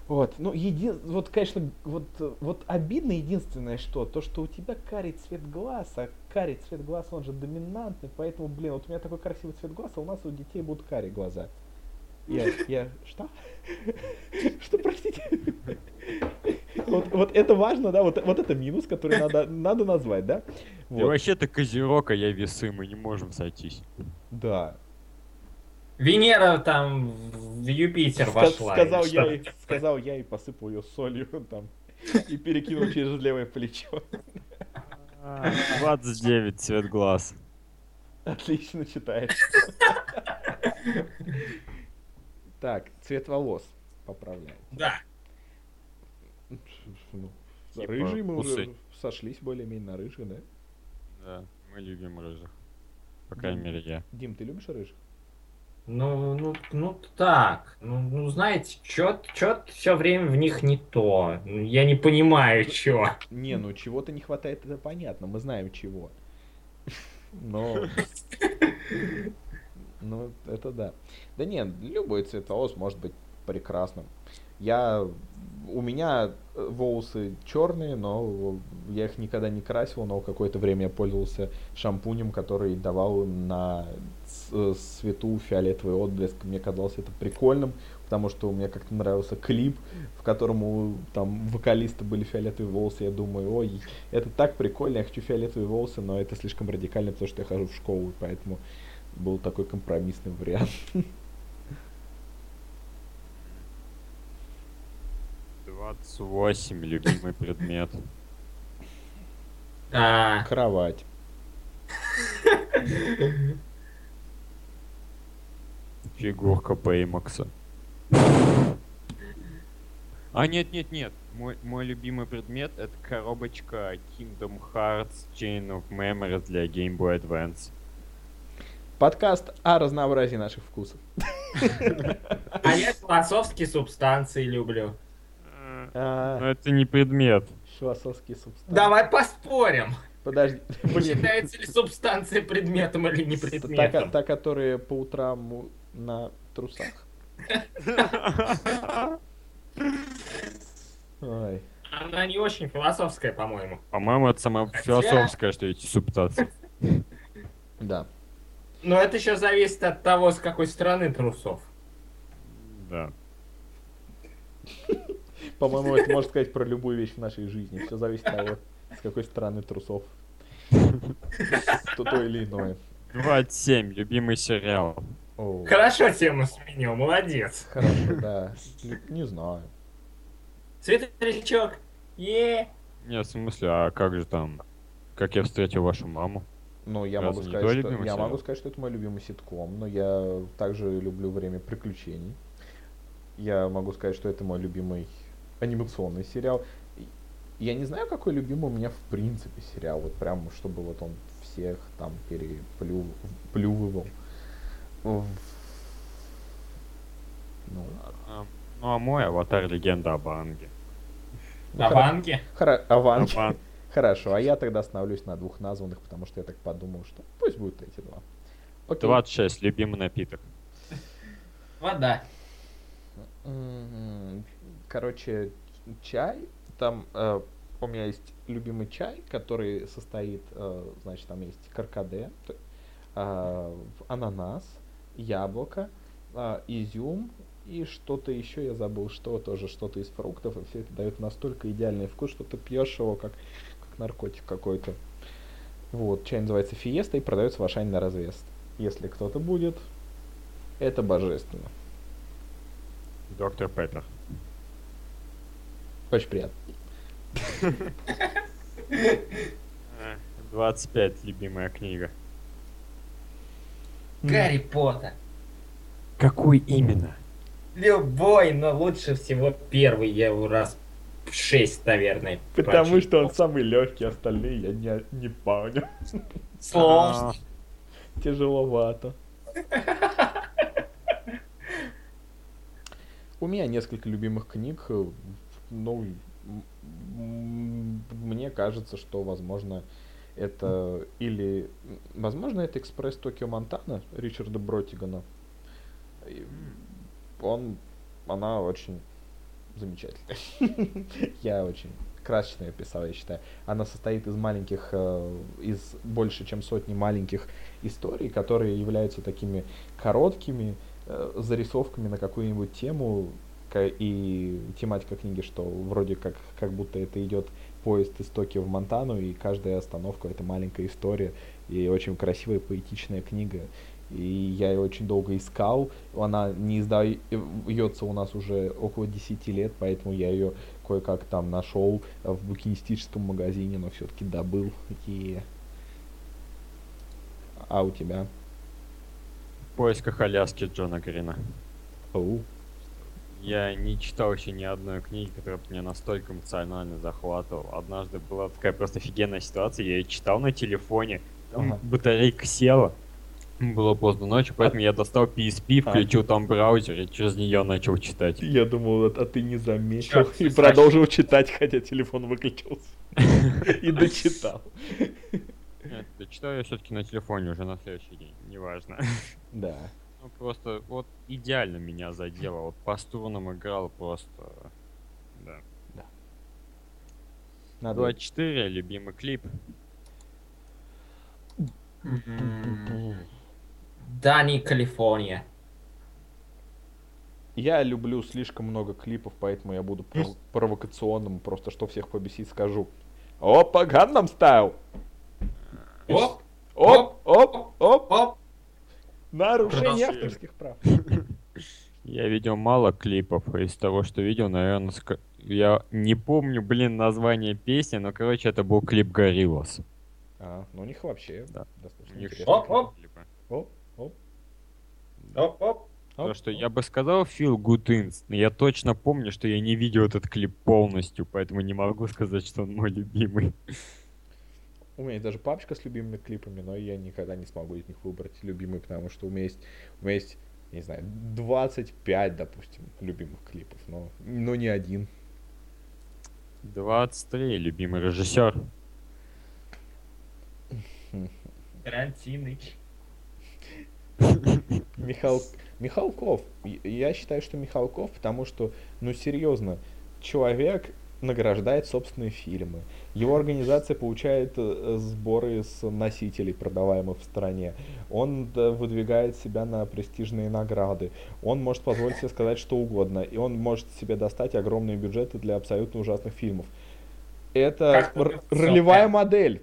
вот, ну, един... вот, конечно, вот, э, вот обидно единственное, что, то, что у тебя карий цвет глаз, а карий цвет глаз, он же доминантный, поэтому, блин, вот у меня такой красивый цвет глаз, а у нас у детей будут карие глаза. Я, я, что? Что, простите? Вот, вот это важно, да, вот, вот это минус, который надо, надо назвать, да? Ты Вот, вообще-то козерог, а я весы, мы не можем сойтись. да. Венера там в Юпитер Ска- вошла. сказал, или я, что-то и- такое. сказал я и посыпал ее солью там и перекинул через левое плечо. 29 А, цвет глаз. Отлично читает. Так, цвет волос поправляем. Да. Ну, Типа рыжий мы усы. уже сошлись более-менее на рыжих, да? Да, мы любим рыжих. По крайней мере, я. Дим, ты любишь рыжих? Ну, ну, ну так. Ну, ну знаете, чё-то все время в них не то. Ну, Я не понимаю, чё. Не, ну чего-то не хватает, это понятно, мы знаем чего. Но... Ну, это да. Да нет, любой цвет волос может быть прекрасным. Я... У меня э, волосы черные, но я их никогда не красил, но какое-то время я пользовался шампунем, который давал им на ц- э, свету фиолетовый отблеск. Мне казалось это прикольным, потому что мне как-то нравился клип, в котором у там вокалиста были фиолетовые волосы. Я думаю, ой, это так прикольно, я хочу фиолетовые волосы, но это слишком радикально, потому что я хожу в школу, и поэтому был такой компромиссный вариант. 28 любимый предмет. А, Кровать. Фигурка Пеймакса. А нет, нет, нет. Мой, мой любимый предмет это коробочка Kingdom Hearts Chain of Memories для Game Boy Advance. Подкаст о разнообразии наших вкусов. а я философские субстанции люблю. Но А, ну, это не предмет. Философские А, субстанции. Давай поспорим, Подожди. Блин. а, является ли субстанция предметом или не Та, ко- предметом. та, которая по утрам у- на трусах. Ой. Она не очень философская, по-моему. По-моему, это самое философское, что эти субстанции. Да. Но это еще зависит от того, с какой стороны трусов. Да. По-моему, это можно сказать про любую вещь в нашей жизни. Все зависит от того, с какой стороны трусов. То, то или иное. 27. Любимый сериал. О, Хорошо тему сменил, молодец. хорошо, да. Не- Не знаю. Светлячок. Е. Нет, в смысле, а как же там? Как я встретил вашу маму. Ну, я Разве могу не сказать, твой что любимый я сериал? могу сказать, что это мой любимый ситком, но я также люблю время приключений. Я могу сказать, что это мой любимый анимационный сериал. И Я не знаю, какой любимый у меня в принципе сериал, вот прям, чтобы вот он всех там переплювывал. В- Ну, А, Ну а мой аватар легенда об Анге. Ну, На банке. хоро- Аван. Об Ан- Хорошо, а я тогда остановлюсь на двух названных, потому что я так подумал, что пусть будут эти два. Окей. 26, любимый напиток. Вода. М, Короче, чай. Там э, у меня есть любимый чай, который состоит, э, значит, там есть каркаде, т- а, в- ананас, яблоко, а, изюм и что-то еще, я забыл, что тоже что-то из фруктов, и все это дает настолько идеальный вкус, что ты пьешь его как, как наркотик какой-то. Вот, чай называется фиеста и продается в Ашане на развес. Если кто-то будет, это божественно. Доктор Пеппер. Очень приятно. Э. 25, любимая книга. Гарри Поттер. Какой именно? Любой, но лучше всего первый. Я его раз в шесть, наверное. Потому прочитал. что он самый легкий, остальные я не, не понял. Сложно. А, Тяжеловато. У меня несколько любимых книг. э, Ну, м- м- мне кажется, что, возможно, это или... м, Возможно, это «Экспресс Токио Монтана» Ричарда Бротигана. И Он... Она очень замечательная. Я очень красочно ее писал, я считаю. Она состоит из маленьких, э, из больше, чем сотни маленьких историй, которые являются такими короткими э, зарисовками на какую-нибудь тему ка- и тематика книги, что вроде как как будто это идет поезд из Токио в Монтану, и каждая остановка это маленькая история и очень красивая поэтичная книга. И я ее очень долго искал. Она не издается у нас уже около 10 лет, поэтому я ее кое-как там нашел в букинистическом магазине, но все-таки добыл. И... А у тебя? В поисках Аляски Джона Грина. Оу. Я не читал еще ни одной книги, которая бы меня настолько эмоционально захватывала. Однажды была такая просто офигенная ситуация, я ее читал на телефоне, там Ага. батарейка села, было поздно ночью, поэтому я достал PSP, А. включил там браузер и через нее начал читать. Я думал, а, а ты не заметил. Чёрт, и Саша. продолжил читать, хотя телефон выключился. Э, И дочитал. Нет, читаю я все-таки на телефоне уже на следующий день, неважно. Да. Ну просто вот идеально меня задело, вот по струнам играл просто. Да. Надо... 24, любимый клип. Дани, Калифорния. Я люблю слишком много клипов, поэтому я буду пров- провокационным, просто что всех побесить скажу. Опа, Ганнам Стайл! Оп, Оп, оп, оп! оп. Нарушение Красиво. авторских прав. Я видел мало клипов, а из того, что видел, наверное, ска- я не помню, блин, название песни, но, короче, это был клип Гориллос. А, ну у них вообще Да. достаточно У них интересно. Оп, оп. клипы. Оп, оп, Оп, оп. То, оп, что оп. я бы сказал Фил Гутынс, но я точно помню, что я не видел этот клип полностью, поэтому не могу сказать, что он мой любимый. У меня есть даже папочка с любимыми клипами, но я никогда не смогу из них выбрать любимый, потому что у меня есть, у меня есть, я не знаю, 25, допустим, любимых клипов, но, но не один. 23, любимый режиссер. Тарантиныч. Михал... Михалков. И- Я считаю, что Михалков, потому что, ну серьезно, человек награждает собственные фильмы. Его организация получает э, сборы с носителей, продаваемых в стране. Он да, выдвигает себя на престижные награды. Он может позволить себе сказать что угодно. И он может себе достать огромные бюджеты для абсолютно ужасных фильмов. Это Как-то р- всё, ролевая да. модель.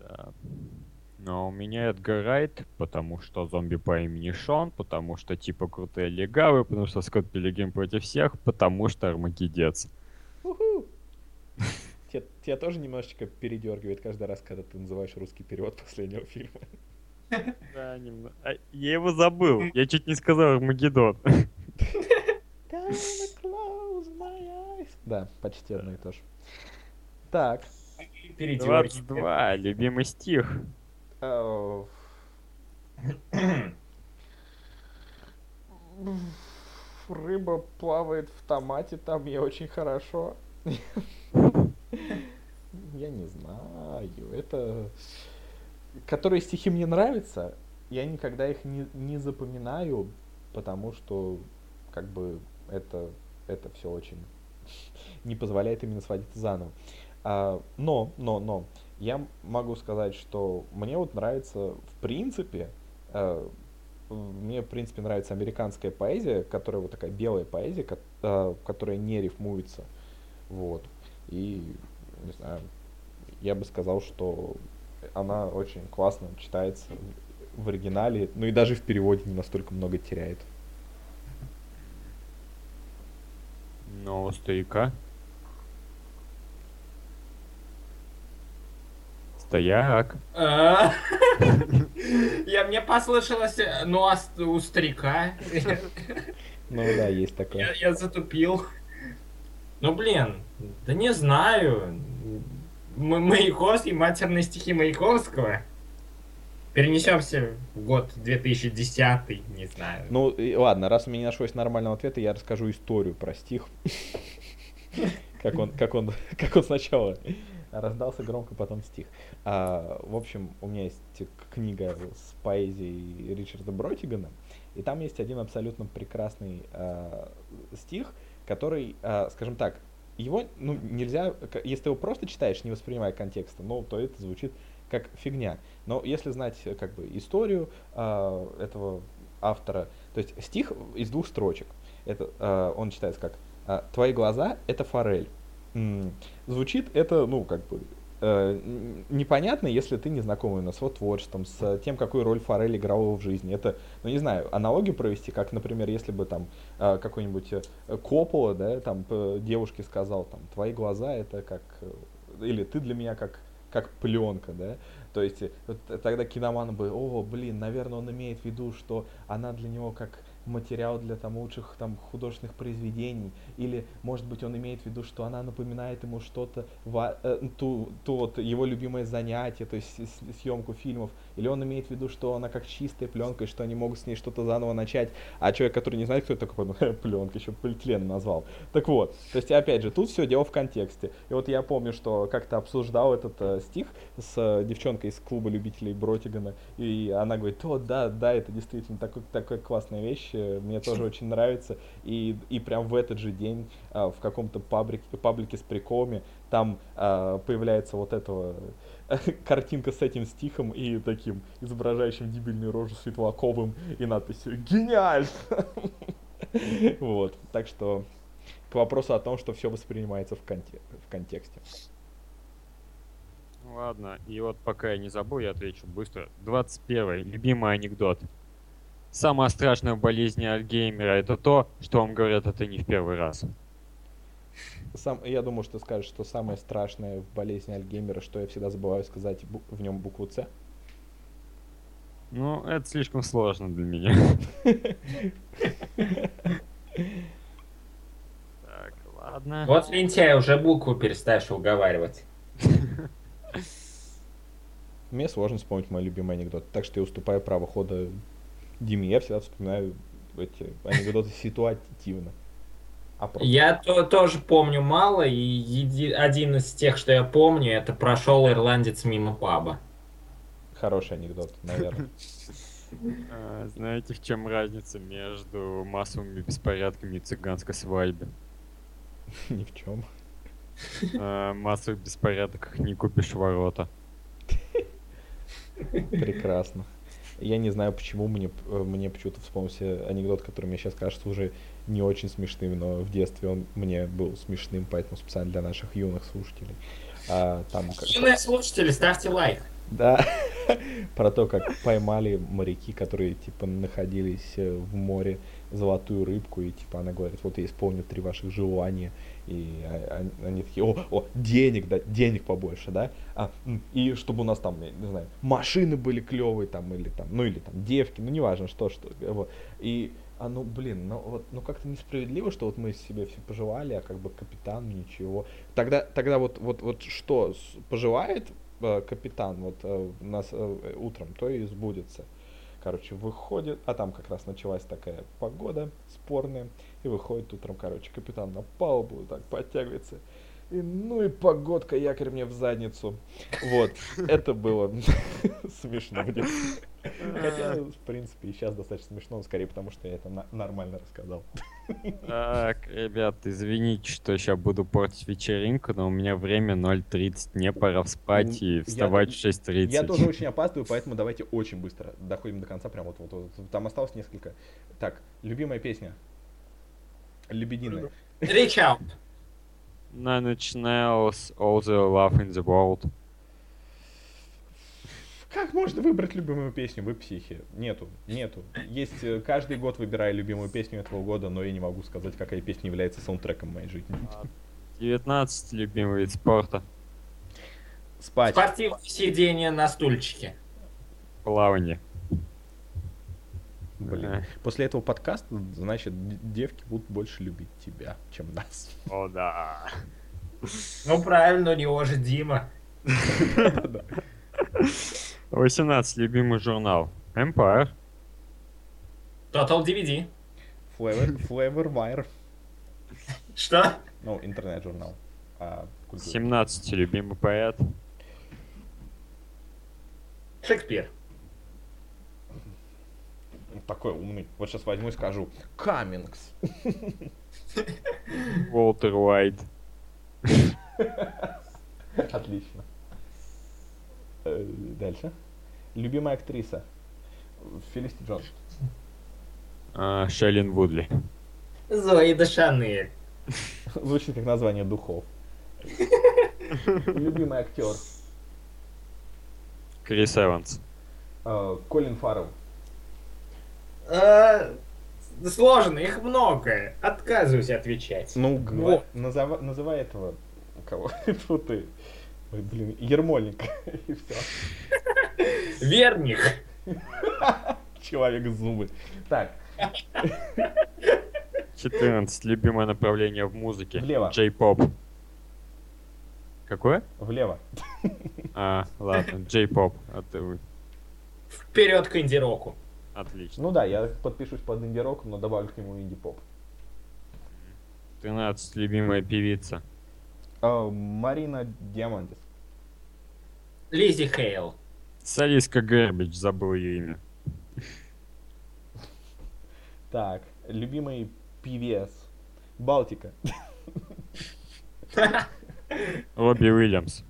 Да. Но у меня Эдгар Райт, потому что зомби по имени Шон, потому что типа крутые легавы, потому что Скотт Пилигрим против всех, потому что Армагеддец. Уху. Тебя, тебя тоже немножечко передергивает каждый раз, когда ты называешь русский перевод последнего фильма. Да, немного. А, Я его забыл. Я чуть не сказал Армагеддон. Да, почти одно и то же. Так. Передергивает. 22, любимый стих. э, Рыба плавает в томате, там ей очень хорошо. Я не знаю. Это... Которые стихи мне нравятся, я никогда их не, не запоминаю, потому что как бы это, это все очень не позволяет именно сводиться заново. А, но, но, но, я м- могу сказать, что мне вот нравится, в принципе, э, в- мне, в принципе, нравится американская поэзия, которая вот такая белая поэзия, ко- э, которая не рифмуется. Вот. И, не знаю, я бы сказал, что она очень классно читается в оригинале, ну и даже в переводе не настолько много теряет. Но у стояка. Стояк. А. Я мне послышалось, э, ну а с- у старика Ну да, есть такое. я, я затупил. Ну блин, да не знаю. Мы Маяковский, матерные стихи Маяковского. Перенесемся в год 2010, не знаю. Ну и ладно, раз у меня не нашлось нормального ответа, я расскажу историю про стих. Как он, как он, как он сначала раздался громко, потом стих. А, в общем, у меня есть к- книга с поэзией Ричарда Бротигана, и там есть один абсолютно прекрасный а, стих, который, а, скажем так, его ну, нельзя, к- если ты его просто читаешь, не воспринимая контекста, ну, то это звучит как фигня. Но если знать э, как бы историю а, этого автора, то есть стих из двух строчек. Это, а, он читается как а, «Твои глаза — это форель». М, Звучит это, ну, как бы, э, н- непонятно, если ты не знаком именно с его творчеством, с э, тем, какую роль форель играла в жизни. Это, ну, не знаю, аналогию провести, как, например, если бы там э, какой-нибудь э, Коппола, да, там п- девушке сказал, там, твои глаза — это как... э, Или ты для меня как как пленка, да? То есть э, вот т- тогда киноман бы, о, блин, наверное, он имеет в виду, что она для него как материал для там лучших там художественных произведений, или, может быть, он имеет в виду, что она напоминает ему что-то, ва- э, ту, ту вот его любимое занятие, то есть с- съемку фильмов, или он имеет в виду, что она как чистая пленка, и что они могут с ней что-то заново начать, а человек, который не знает, кто это такой, пленка, еще полиэтилен назвал. Так вот, то есть, опять же, тут все дело в контексте. И вот я помню, что как-то обсуждал этот э, стих с э, девчонкой из клуба любителей Бротигана, и она говорит, о, да, да, это действительно такой, такая классная вещь, э, мне тоже очень нравится. И, и прям в этот же день а, в каком-то паблике, паблике с приколами там а, появляется вот этого картинка с этим стихом и таким изображающим дебильную рожу Светлаковым и надписью «Гениально!» Вот, так что к вопросу о том, что все воспринимается в, конте- в контексте. Ну Ладно, и вот пока я не забыл, я отвечу быстро. 21. Любимый анекдот. Самая страшная болезнь Альгеймера это то, что вам говорят это не в первый раз. Сам, я думаю, что ты скажешь, что самое страшное в болезни Альгеймера, что я всегда забываю сказать бу- в нем букву «Ц». Ну, это слишком сложно для меня. Так, ладно. Вот лентяй уже букву перестаешь уговаривать. Мне сложно вспомнить мой любимый анекдот, так что я уступаю право хода Диме. Я всегда вспоминаю эти анекдоты ситуативно. А просто- Я то- тоже помню мало, и еди- один из тех, что я помню, это прошел ирландец мимо паба. Хороший анекдот, наверное. А, Знаете, в чем разница между массовыми беспорядками и цыганской свадьбой? Ни в чем. А, Массовых беспорядках не купишь ворота. Прекрасно. Я не знаю, почему мне, п- э, мне почему-то вспомнился анекдот, который мне сейчас кажется уже не очень смешным, но в детстве он мне был смешным, поэтому специально для наших юных слушателей. А, там как- Юные слушатели, ставьте лайк. Да. Про то, как поймали моряки, которые типа находились э, в море золотую рыбку, и типа она говорит, вот я исполню три ваших желания, и а- а- они такие, о, о, денег, да, денег побольше, да, А, м, и чтобы у нас там, я не знаю, машины были клевые там, или там, ну или там девки, ну неважно что, что, э, вот. И оно, блин, ну вот, ну как-то несправедливо, что вот мы себе все пожелали, а как бы капитан ничего. Тогда, тогда вот, вот, вот что с- пожелает э, капитан вот э, нас э, утром, то и сбудется. Короче, выходит, а там как раз началась такая погода спорная, и выходит утром, короче, капитан на палубу, так подтягивается. И, ну и погодка, якорь мне в задницу. Вот, это было смешно. в детстве. Хотя, в принципе, и сейчас достаточно смешно, но скорее потому, что я это на- нормально рассказал. Так, ребят, извините, что сейчас буду портить вечеринку, но у меня время 0.30, мне пора спать и Ну, Я- вставать в Я тоже 6.30. очень опаздываю, поэтому давайте очень быстро доходим до конца. Прям вот, вот, вот. Там осталось несколько. Так, любимая песня. Лебединая. Reach out. Nine Inch Nails, All the Love in the World. Как можно выбрать любимую песню? Вы психи. Нету, нету. Есть э, каждый год выбираю любимую песню этого года, но я не могу сказать, какая песня является саундтреком моей жизни. 19, любимый вид спорта. Спать. Спортивное сидение на стульчике. Плавание. Блин. После этого подкаста, значит, д- девки будут больше любить тебя, чем нас. Э, О, да. Ну правильно, у него же Дима. 18, любимый журнал. Empire. Total DVD. Flavor, Flavor Wire. Что? Ну, интернет-журнал. А, культура. 17, любимый поэт. Шекспир. Он Такой умный. Вот сейчас возьму и скажу. Каммингс. Уолтер Уайт. Отлично. Э, Дальше. Любимая актриса. Фелисти Джонс. а, Шейлин Вудли. Зоида Шанель. Звучит как название духов. Любимый актер. Крис Эванс. Э, Колин Фаррелл. Э, Сложно, их много. Отказываюсь отвечать. Ну, говор- назова- называй этого. Кого? Фу ты. Ой, блин, Ермольник. И все. Верник. Человек зубы. Так, 14, любимое направление в музыке. Влево. Джей-поп. Какое? влево. А, ладно, Джей-поп. А ты вы- Вперед к индироку. Отлично. Ну да, я подпишусь под инди-рок, но добавлю к нему инди-поп. 13, любимая певица. Э, Марина Диамандис. Лизи Хейл. Солистка Гербич, забыл ее имя. Так, любимый певец. Балтика. Робби Уильямс.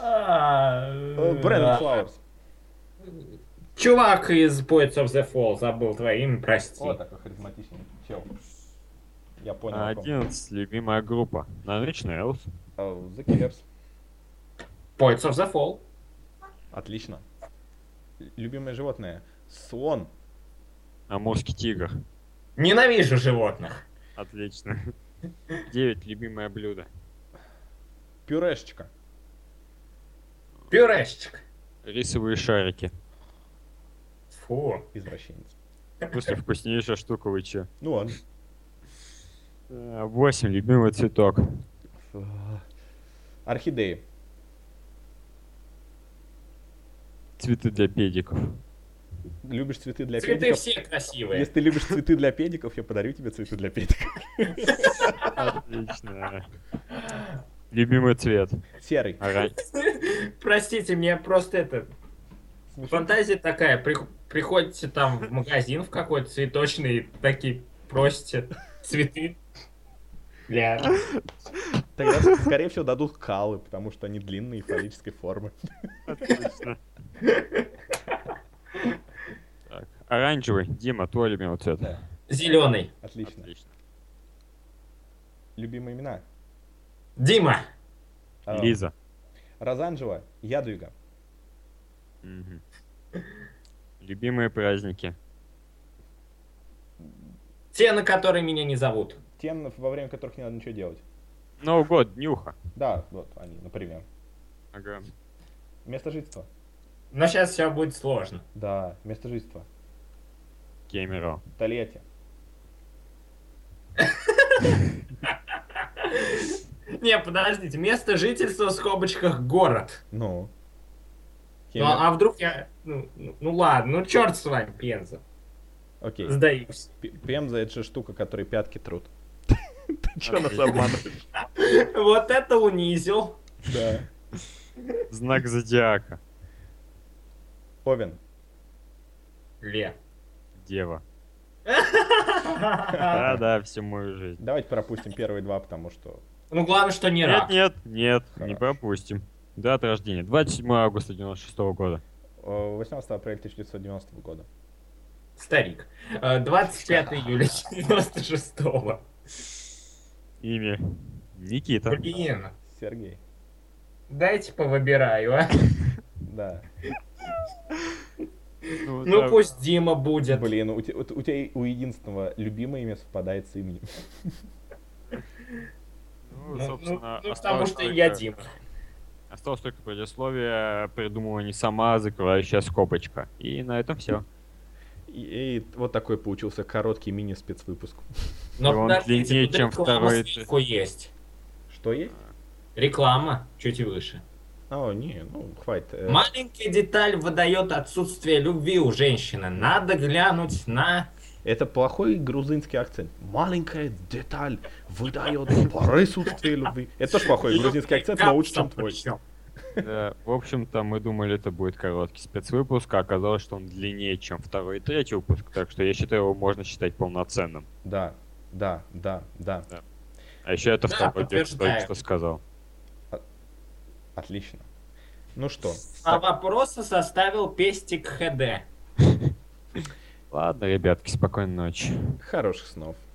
А, Э, Брэндон Брэндон Флауэрс. Чувак из Poets of the Fall забыл твое имя, прости. Вот такой харизматичный чел. Я понял. А, о ком. 11, любимая группа. Ночная Элс. Э, The Killers. Poets of the Fall. Отлично. Л- Любимое животное. Слон. Амурский тигр. Ненавижу животных. Отлично. 9, любимое блюдо. Пюрешечка. Пюрешечек. Рисовые шарики. Фу. Извращенец. Просто вкуснейшая штука, вы че. Ну ладно. Э, 8, любимый цветок. Фу. Орхидеи. Цветы для педиков. Любишь цветы для Цветы педиков? все красивые. Если ты любишь цветы для педиков, я подарю тебе цветы для педиков. Отлично. Любимый цвет. Серый. Ора- Простите, мне просто это... Фантазия такая, при- приходите там в магазин в какой-то цветочный, и такие просите цветы. Для... Тогда, скорее всего, дадут калы, потому что они длинные и фаллической формы. Отлично. Так, Оранжевый. Дима, твой любимый цвет. Да. Зеленый. Отлично. Отлично. Любимые имена. Дима. Э, Лиза. Розанжева. Ядвига. Мгм. Любимые праздники. Те, на которые меня не зовут. Те, на- во время которых не надо ничего делать. Новый год, днюха. Да, вот они, например. Ага. Место жительства. Но сейчас все будет сложно. Да, место жительства. Кемерово. Тольятти. Не, подождите, место жительства в скобочках город. Ну. Ну, Кемер- а вдруг я... Ну, ну- ну ладно, ну черт с вами, Пенза. Окей. Сдаюсь. П- Пемза это же штука, которой пятки трут. Ты чё нас обманываешь? Вот это унизил. Да. Знак зодиака. Овен. Ле. Дева. Да-да, всю мою жизнь. Давайте пропустим первые два, потому что... Ну, главное, что не Нет, рак. нет, нет, не Хорошо. пропустим. Дата рождения. 27 августа 96 года. э, 18 апреля 1990 года. Старик. Э, 25 июля 96-го. Имя. Никита. Блин. Сергей. Дайте повыбираю, а. Да. да. Ну, пусть Дима будет. Блин, у, те- вот у тебя у единственного любимое имя совпадает с именем. Ну, Ну, собственно, ну, ну, потому осталось что я только- Дима. Осталось только предисловие придумывание сама, закрывающая скобочка. И на этом все. И, и вот такой получился короткий мини-спецвыпуск. И он подождите, длиннее, тут чем реклама второй сверху есть. Что есть? Реклама чуть выше. О, не, ну, хватит. э, Маленькая деталь выдает отсутствие любви у женщины. Надо глянуть на... Это плохой грузинский акцент. Маленькая деталь выдает присутствие любви. Это тоже плохой грузинский акцент, но лучше, чем твой. Капсом. Да, в общем-то, мы думали, это будет короткий спецвыпуск, а оказалось, что он длиннее, чем второй и третий выпуск, так что я считаю, его можно считать полноценным. Да, да, да, да. А еще это Да, второй текст подтверждаю. только что сказал. Отлично. Ну что, А вопросы составил Пестик ХД. Ладно, ребятки, спокойной ночи. хороших снов.